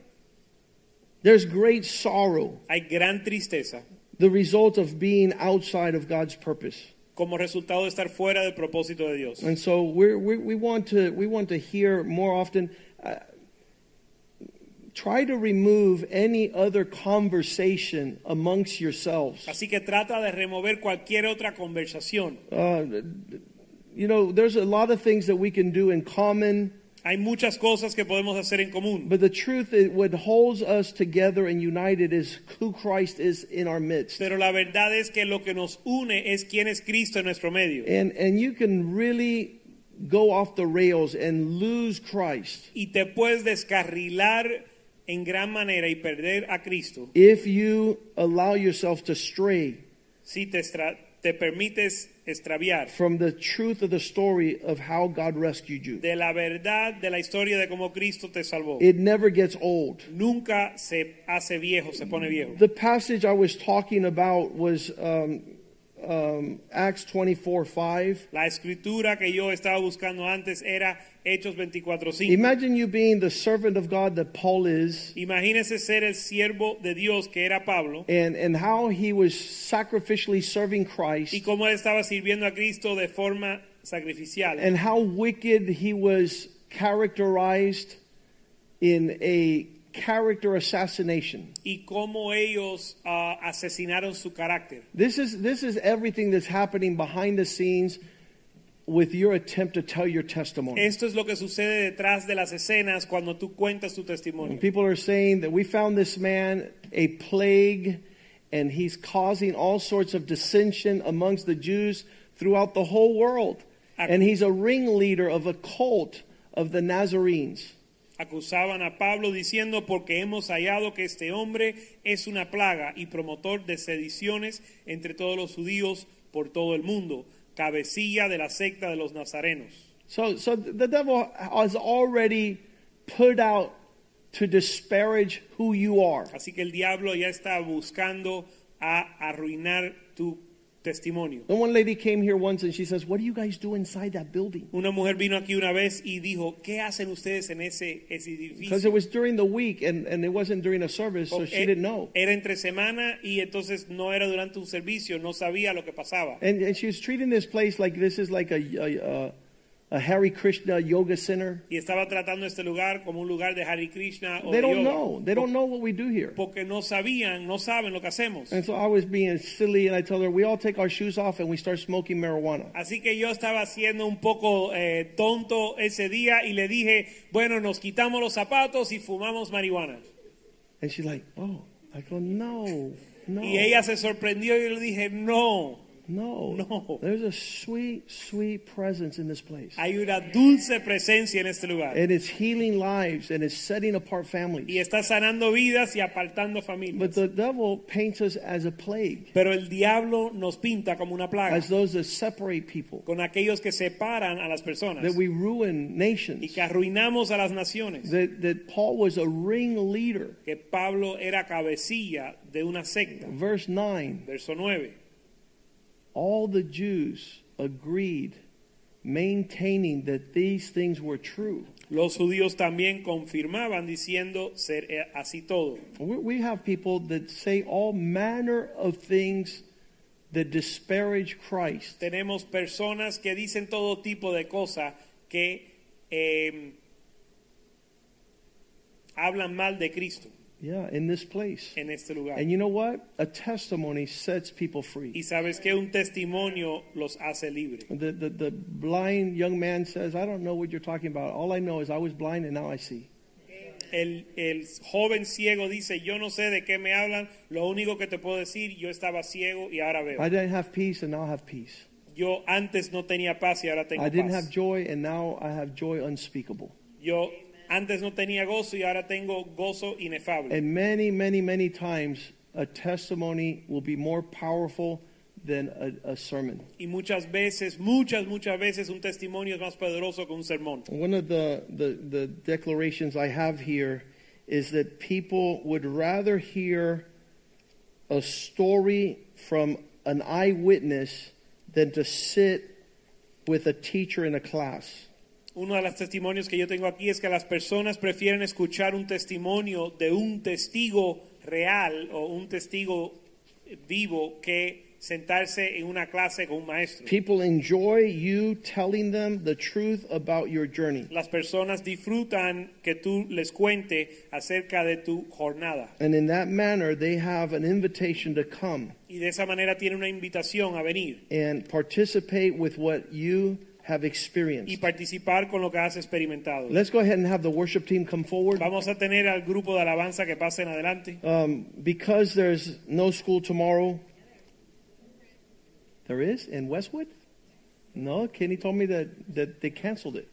There's great sorrow,
Hay gran tristeza
the result of being outside of God's purpose.
como resultado de estar fuera del propósito de Dios.
And so we're, we, we, want to, we want to hear more often. Uh, try to remove any other conversation amongst yourselves.
Así que trata de remover cualquier otra conversación.
Uh, you know, there's a lot of things that we can do in common,
Hay muchas cosas que podemos hacer en común,
but the truth is what holds us together and united is who Christ is in our midst.
pero la verdad es que lo que nos une es quién es Cristo en nuestro medio.
And, and you can really go off the rails and lose Christ.
y te puedes descarrilar en gran manera y perder a Cristo
if you allow yourself to stray
si te, estra- te permites extraviar
from the truth of the story of how God rescued you.
de la verdad de la historia de cómo Cristo te salvó.
It never gets old.
Nunca se hace viejo, se pone viejo.
The passage I was talking about was um, um, Acts 24 5.
La escritura que yo estaba buscando antes era Hechos 24:5.
Imagine you being the servant of God that Paul is.
Imagínese ser el siervo de Dios que era Pablo
And, and how he was sacrificially serving Christ,
y cómo él estaba sirviendo a Cristo de forma sacrificial.
and how wicked he was characterized in a character assassination.
y cómo ellos ah, asesinaron su carácter.
This is this is everything that's happening behind the scenes with your attempt to tell your testimony.
Esto es lo que sucede detrás de las escenas cuando tú cuentas tu testimonio.
People are saying that we found this man a plague and he's causing all sorts of dissension amongst the Jews throughout the whole world. And he's a ringleader of a cult of the Nazarenes.
Acusaban a Pablo diciendo porque hemos hallado que este hombre es una plaga y promotor de sediciones entre todos los judíos por todo el mundo, cabecilla de la secta de los nazarenos.
So so the devil has already put out to disparage who you are.
Así que el diablo ya está buscando a arruinar tu testimonio.
The one lady came here once and she says, What do you guys do inside that building?
Una mujer vino aquí una vez y dijo, ¿qué hacen ustedes en ese, ese
Because
edificio?
it was during the week and, and it wasn't during a service, so she
Eh,
didn't know.
Era entre semana y entonces no era durante un servicio, no sabía lo que pasaba.
And, and she was treating this place like this is like a, a, a Hare Krishna yoga center.
y estaba tratando este lugar como un lugar de Hare Krishna o
They
de
don't
yoga,
know. They don't know what we do here.
porque no sabían, no saben lo que hacemos.
And so I was being silly, and I told her, we all take our shoes off and we start smoking marijuana.
Así que yo estaba siendo un poco eh, tonto ese día y le dije, bueno, nos quitamos los zapatos y fumamos marihuana.
And she's like, oh. I go, no, no,
Y ella se sorprendió y yo le dije, no,
no,
No.
There's a sweet, sweet presence in this place.
hay una dulce presencia en este lugar.
and it's healing lives and it's setting apart
Y
families.
está sanando vidas y apartando familias.
But the devil paints us as a plague,
Pero el diablo nos pinta como una plaga
as those that separate people,
con aquellos que separan a las personas
that we ruin
y
nations.
que arruinamos a las naciones.
That, that Paul was a ringleader.
Que Pablo era cabecilla de una secta.
Verse 9
Verso 9.
All the Jews agreed, maintaining that these things were true.
Los judíos también confirmaban diciendo ser eh, así todo.
We, we have people that say all manner of things that disparage Christ.
Tenemos personas que dicen todo tipo de cosas que eh, hablan mal de Cristo
Yeah, in this place.
en este lugar.
And you know what? A testimony sets people free.
Y sabes que un testimonio los hace libre.
The, the, the blind young man says, I don't know what you're talking about. All I know is I was blind and now I see.
El, el joven ciego dice, yo no sé de qué me hablan, lo único que te puedo decir, yo estaba ciego y ahora veo.
I didn't have peace and now I have peace.
Yo antes no tenía paz y ahora tengo
I didn't
paz.
have joy and now I have joy unspeakable.
Yo antes no tenía gozo y ahora tengo gozo inefable.
And many, many, many times a testimony will be more powerful than a, a sermon.
Y muchas veces, muchas, muchas veces un testimonio es más poderoso que un sermón.
One of the, the, the declarations I have here is that people would rather hear a story from an eyewitness than to sit with a teacher in a class.
Uno de los testimonios que yo tengo aquí es que las personas prefieren escuchar un testimonio de un testigo real o un testigo vivo que sentarse en una clase con un maestro.
People enjoy you telling them the truth about your journey.
Las personas disfrutan que tú les cuente acerca de tu jornada
And in that manner, they have an invitation to come
y de esa manera tiene una invitación a venir
and participate with what you have
y
experienced.
participar con lo que has experimentado.
Let's go ahead and have the worship team come forward.
Vamos a tener al grupo de alabanza que pasen adelante.
Um, because there's no school tomorrow. There is in Westwood. No, Kenny told me that that they canceled it.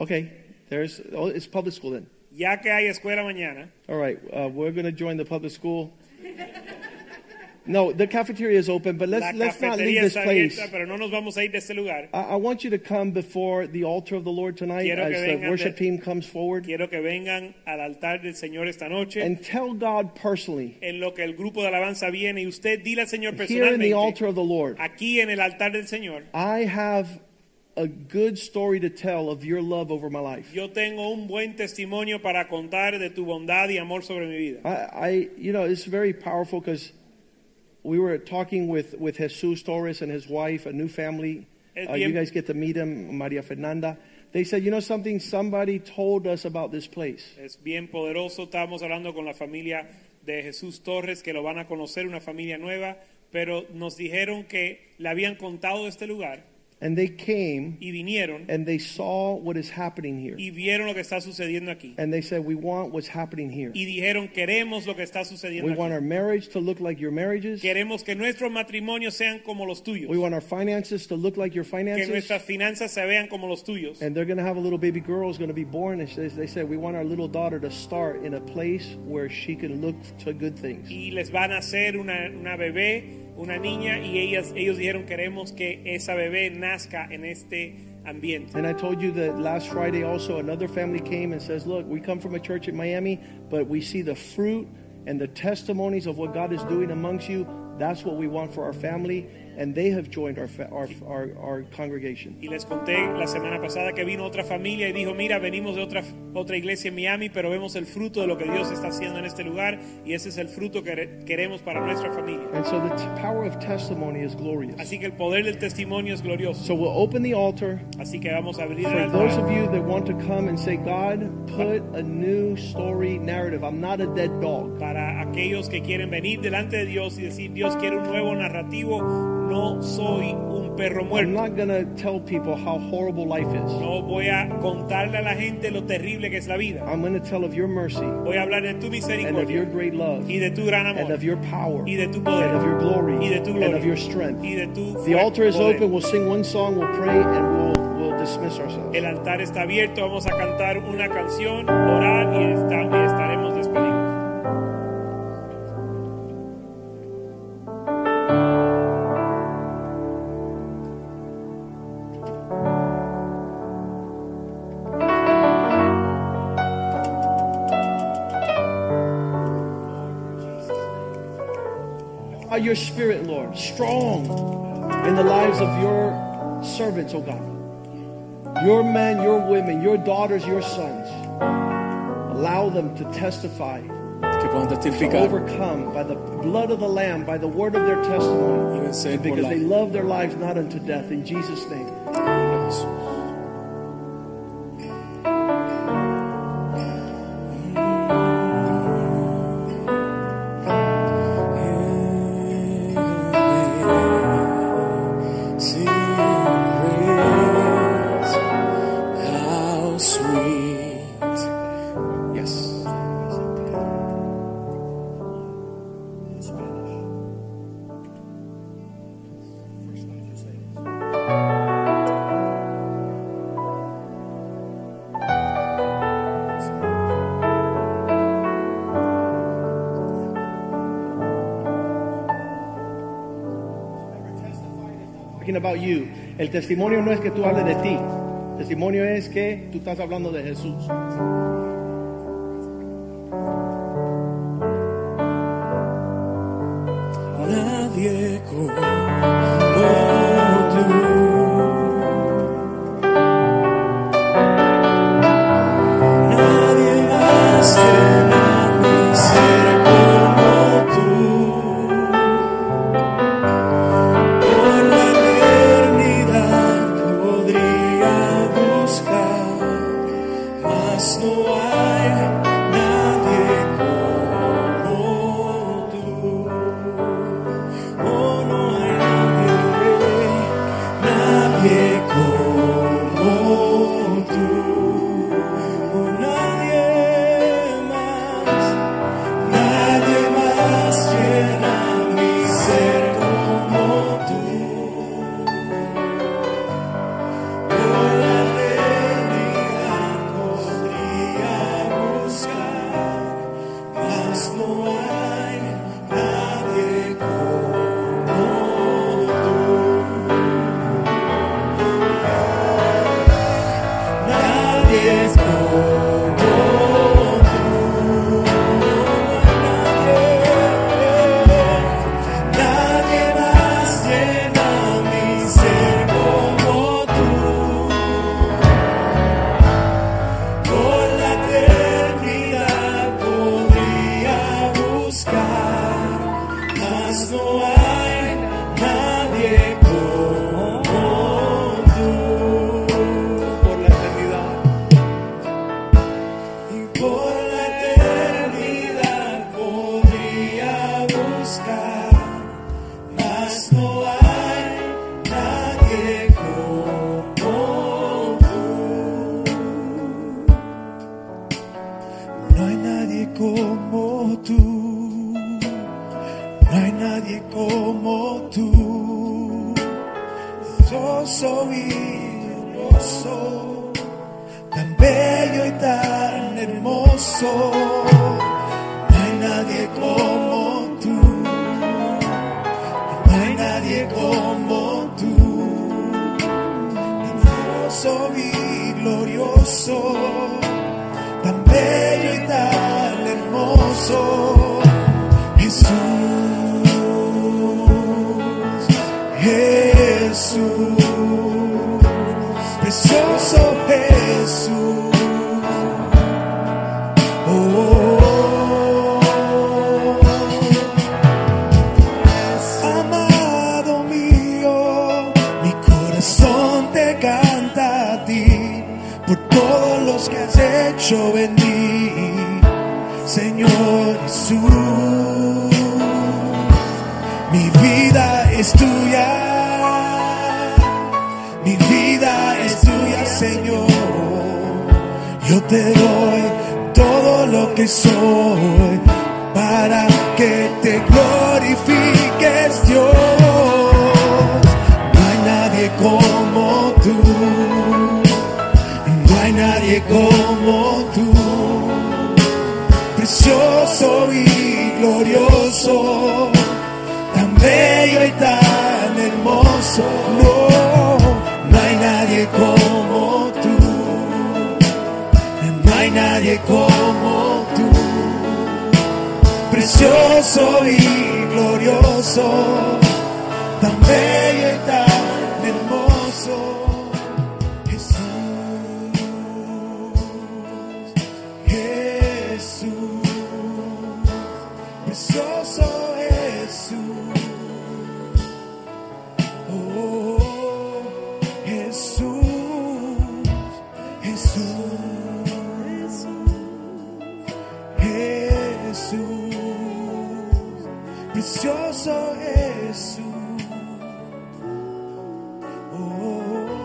Okay, there's oh, it's public school then.
Ya que hay escuela mañana,
All right, uh, we're going to join the public school. No, the cafeteria is open, but let's
la
let's not leave
cafetería
this
está
place.
abierta, pero no nos vamos a ir de este lugar.
I, I want you to come before the altar of the Lord tonight
Quiero que
as
vengan
the worship
de-
team comes forward
Quiero que vengan al altar del Señor esta noche.
and tell God personally
en lo que el grupo de alabanza viene y usted dile al Señor
here in the altar
personalmente,
of the Lord.
aquí en el altar del Señor,
I have a good story to tell of your love over my life.
yo tengo un buen testimonio para contar de tu bondad y amor sobre mi vida.
I, I you know, it's very powerful because we were talking with, with Jesus Torres and his wife, a new family.
Es
Uh,
bien-
you guys get to meet him, Maria Fernanda. They said, you know something, somebody told us about this place.
Es bien poderoso, estábamos hablando con la familia de Jesús Torres, que lo van a conocer, una familia nueva, pero nos dijeron que le habían contado de este lugar
And they came
y vinieron
and they saw what is happening here.
y vieron lo que está sucediendo aquí.
And they said, we want what's happening here.
Y dijeron, queremos lo que está sucediendo
We want
aquí.
our marriage to look like your marriages.
Queremos que nuestros matrimonios sean como los tuyos.
We want our finances to look like your
que
finances.
nuestras finanzas se vean como los tuyos.
And they're going to have a little baby girl who's going to be born. And they, they said, We want our little daughter to start in a place where she can look to good things.
Y les van a hacer una, una bebé, una niña, y ellas, ellos dijeron queremos que esa bebé nazca en este ambiente.
And I told you that last Friday also, another family came and says, Look, we come from a church in Miami, but we see the fruit and the testimonies of what God is doing amongst you. That's what we want for our family. and they have joined our, fa- our, our, our congregation.
Y les conté la semana pasada que vino otra familia y dijo, mira, venimos de otra, otra iglesia en Miami, pero vemos el fruto de lo que Dios está haciendo en este lugar y ese es el fruto que re- queremos para nuestra familia.
And so the t- power of testimony is glorious.
Así que el poder del testimonio es glorioso.
So we'll open the altar
Así que vamos a abrir el
for those
altar
of you that want to come and say, God, put a new story narrative. I'm not a dead dog.
para aquellos que quieren venir delante de Dios y decir, Dios quiere un nuevo narrativo, no soy un perro
I'm
muerto.
not going to tell people how horrible life is.
No voy a contarle a la gente lo terrible que es la vida.
I'm going to tell of your mercy
Voy a hablar de
and
tu
of your
misericordia
great love
y de tu gran
and
amor
of your power
y de tu
and of your
poder
glory
y de tu
and
gloria
of your strength.
y de tu
The altar is
poder.
open. We'll sing one song, we'll pray, and we'll, we'll dismiss ourselves.
El altar está abierto, vamos a cantar una canción, orar y, esta- y estaremos despedidos.
By your spirit, Lord, strong in the lives of your servants, O God. Your men, your women, your daughters, your sons. Allow them to testify,
que puedan
to
testificar
overcome by the blood of the Lamb, by the word of their testimony,
y vencer por
because
la
they love their lives not unto death. In Jesus' name.
de Jesús. Amazing grace, how sweet. Yes.
Talking about you. El testimonio no es que tú hables de ti. El testimonio es que tú estás hablando de Jesús.
Nadie como tú. Nadie más que ser como tú. Por la eternidad podría buscar, mas no hay nadie como tú. Oh, no hay nadie, nadie como tú. Oh, nadie más, nadie más llena mi ser como tú. Por la eternidad podría buscar, mas no hay nadie como tú. Nadie es como tú. Nadie, nadie más llena mi ser como tú. Por la eternidad podría buscar, mas no hay nadie como tú. Por la eternidad. Y por la eternidad podría buscar, mas no hay nadie como tú. No hay nadie como tú. No hay nadie como tú. Yo soy hermoso, tan bello y tan hermoso. No hay nadie como tú. No hay nadie como tú. Tan hermoso y glorioso tan bello y tan hermoso. Jesús, precioso Jesús. Oh, amado mío, mi corazón te canta a ti por todos los que has hecho en mí, Señor Jesús. Mi vida es tuya, mi vida es tuya, Señor. Yo te doy todo lo que soy para que te glorifiques, Dios. No hay nadie como tú, no hay nadie como tú precioso y glorioso, tan bello y tan hermoso. No, no hay nadie como tú, no hay nadie como tú, precioso y glorioso, tan bello y tan hermoso. Jesús. Jesús, precioso Jesús. Oh, Jesús, Jesús, Jesús, precioso Jesús. Oh.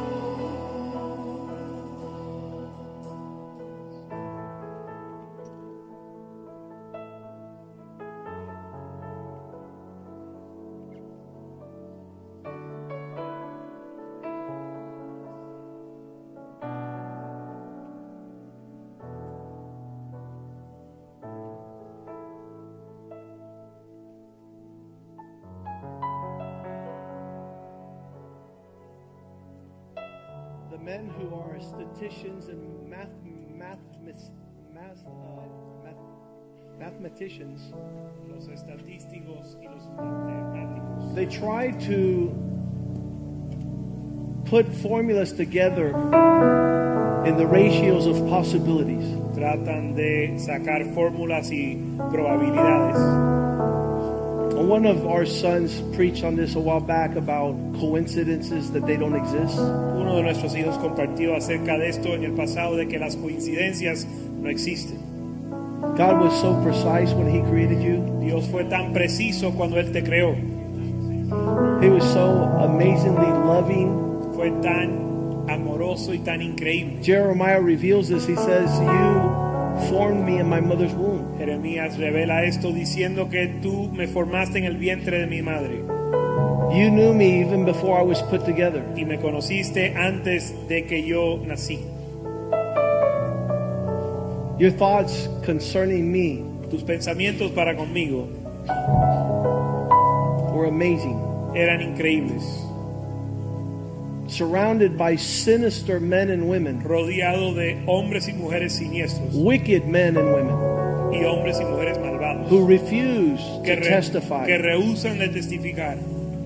the men who are statisticians and math, math, math, math, uh, math mathematicians,
Los estadísticos y los matemáticos
they try to put formulas together in the ratios of possibilities.
tratan de sacar fórmulas y probabilidades.
One of our sons preached on this a while back about coincidences that they don't exist.
Uno de nuestros hijos compartió acerca de esto en el pasado, de que las coincidencias no existen.
God was so precise when He created you.
Dios fue tan preciso cuando Él te creó,
He was so amazingly loving.
fue tan amoroso y tan increíble.
Jeremiah reveals this. He says, You formed me in my mother's womb.
Jeremías revela esto diciendo que tú me formaste en el vientre de mi madre
You knew me even before I was put together.
y me conociste antes de que yo nací.
Your thoughts concerning me
Tus pensamientos para conmigo
were amazing.
eran increíbles.
Surrounded by sinister men and women,
rodeado de hombres y mujeres siniestros
wicked men and women
y hombres y mujeres malvados
who refuse
que,
to
re-
testify.
que rehusan de testificar.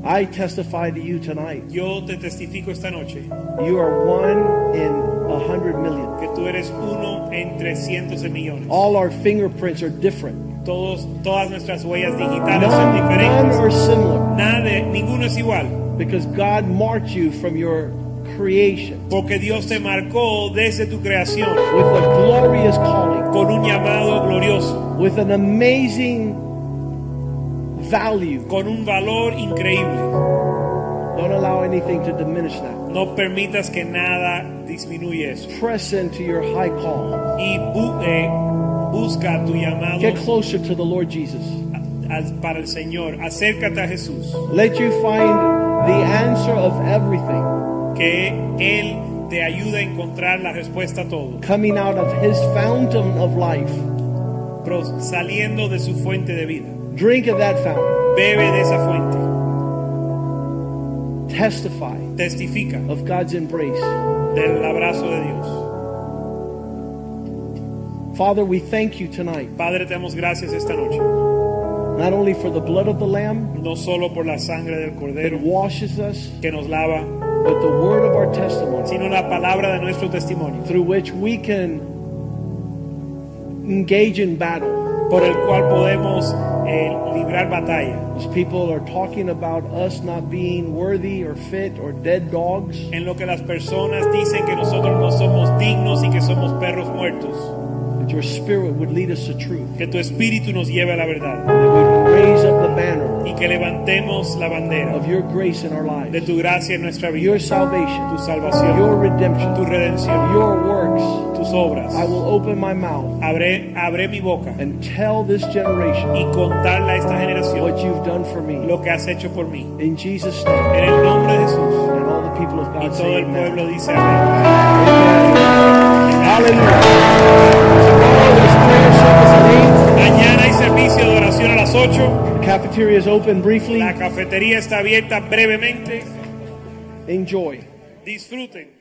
I testify to you tonight.
Yo te testifico esta noche
You are one in a hundred million.
que tú eres uno entre cientos de millones.
All our fingerprints are different.
Todos, todas nuestras huellas digitales son
None, none
diferentes.
are similar
Nada, de- ninguno es igual,
because God marked you from your creation
porque Dios te marcó desde tu creación
with a glorious calling,
con un llamado glorioso,
with an amazing value.
con un valor increíble.
Don't allow anything to diminish that.
No permitas que nada disminuya eso.
Press into your high call.
Y bu- eh, busca tu llamado
Get closer to the Lord Jesus.
al- para el Señor. Acércate a Jesús,
Let you find the answer of everything
que Él te ayuda a encontrar la respuesta a todo,
coming out of His fountain of life.
Pro- saliendo de su fuente de vida.
Drink of that fountain.
Bebe de esa fuente,
Testify
testifica
of God's embrace.
del abrazo de Dios.
Father, we thank you tonight,
Padre, te damos gracias esta noche,
not only for the blood of the Lamb
no solo por la sangre del
that
Cordero
washes us,
que nos lava,
but the word of our testimony
sino la palabra de nuestro testimonio,
through which we can engage in battle.
por el cual podemos eh, librar batalla.
As people are talking about us not being worthy or fit or dead dogs,
En lo que las personas dicen que nosotros no somos dignos y que somos perros muertos,
that your spirit would lead us to truth.
que tu espíritu nos lleve a la verdad
That we would raise up the banner
y que levantemos la bandera
of your grace in our lives,
de tu gracia en nuestra vida,
your salvation,
tu salvación,
your redemption,
tu redención,
your works.
tus obras.
I will open my mouth
Abré, abré mi boca
and tell this generation
y contarle a esta generación
what you've done for me.
lo que has hecho por mí.
In Jesus' name,
En el nombre de Jesús.
and all the people of
Y
God
todo
say
el
amen.
pueblo dice amén.
Hallelujah.
Mañana hay servicio de oración a las 8.
The cafeteria is open briefly.
La cafetería está abierta brevemente.
Enjoy.
Disfruten.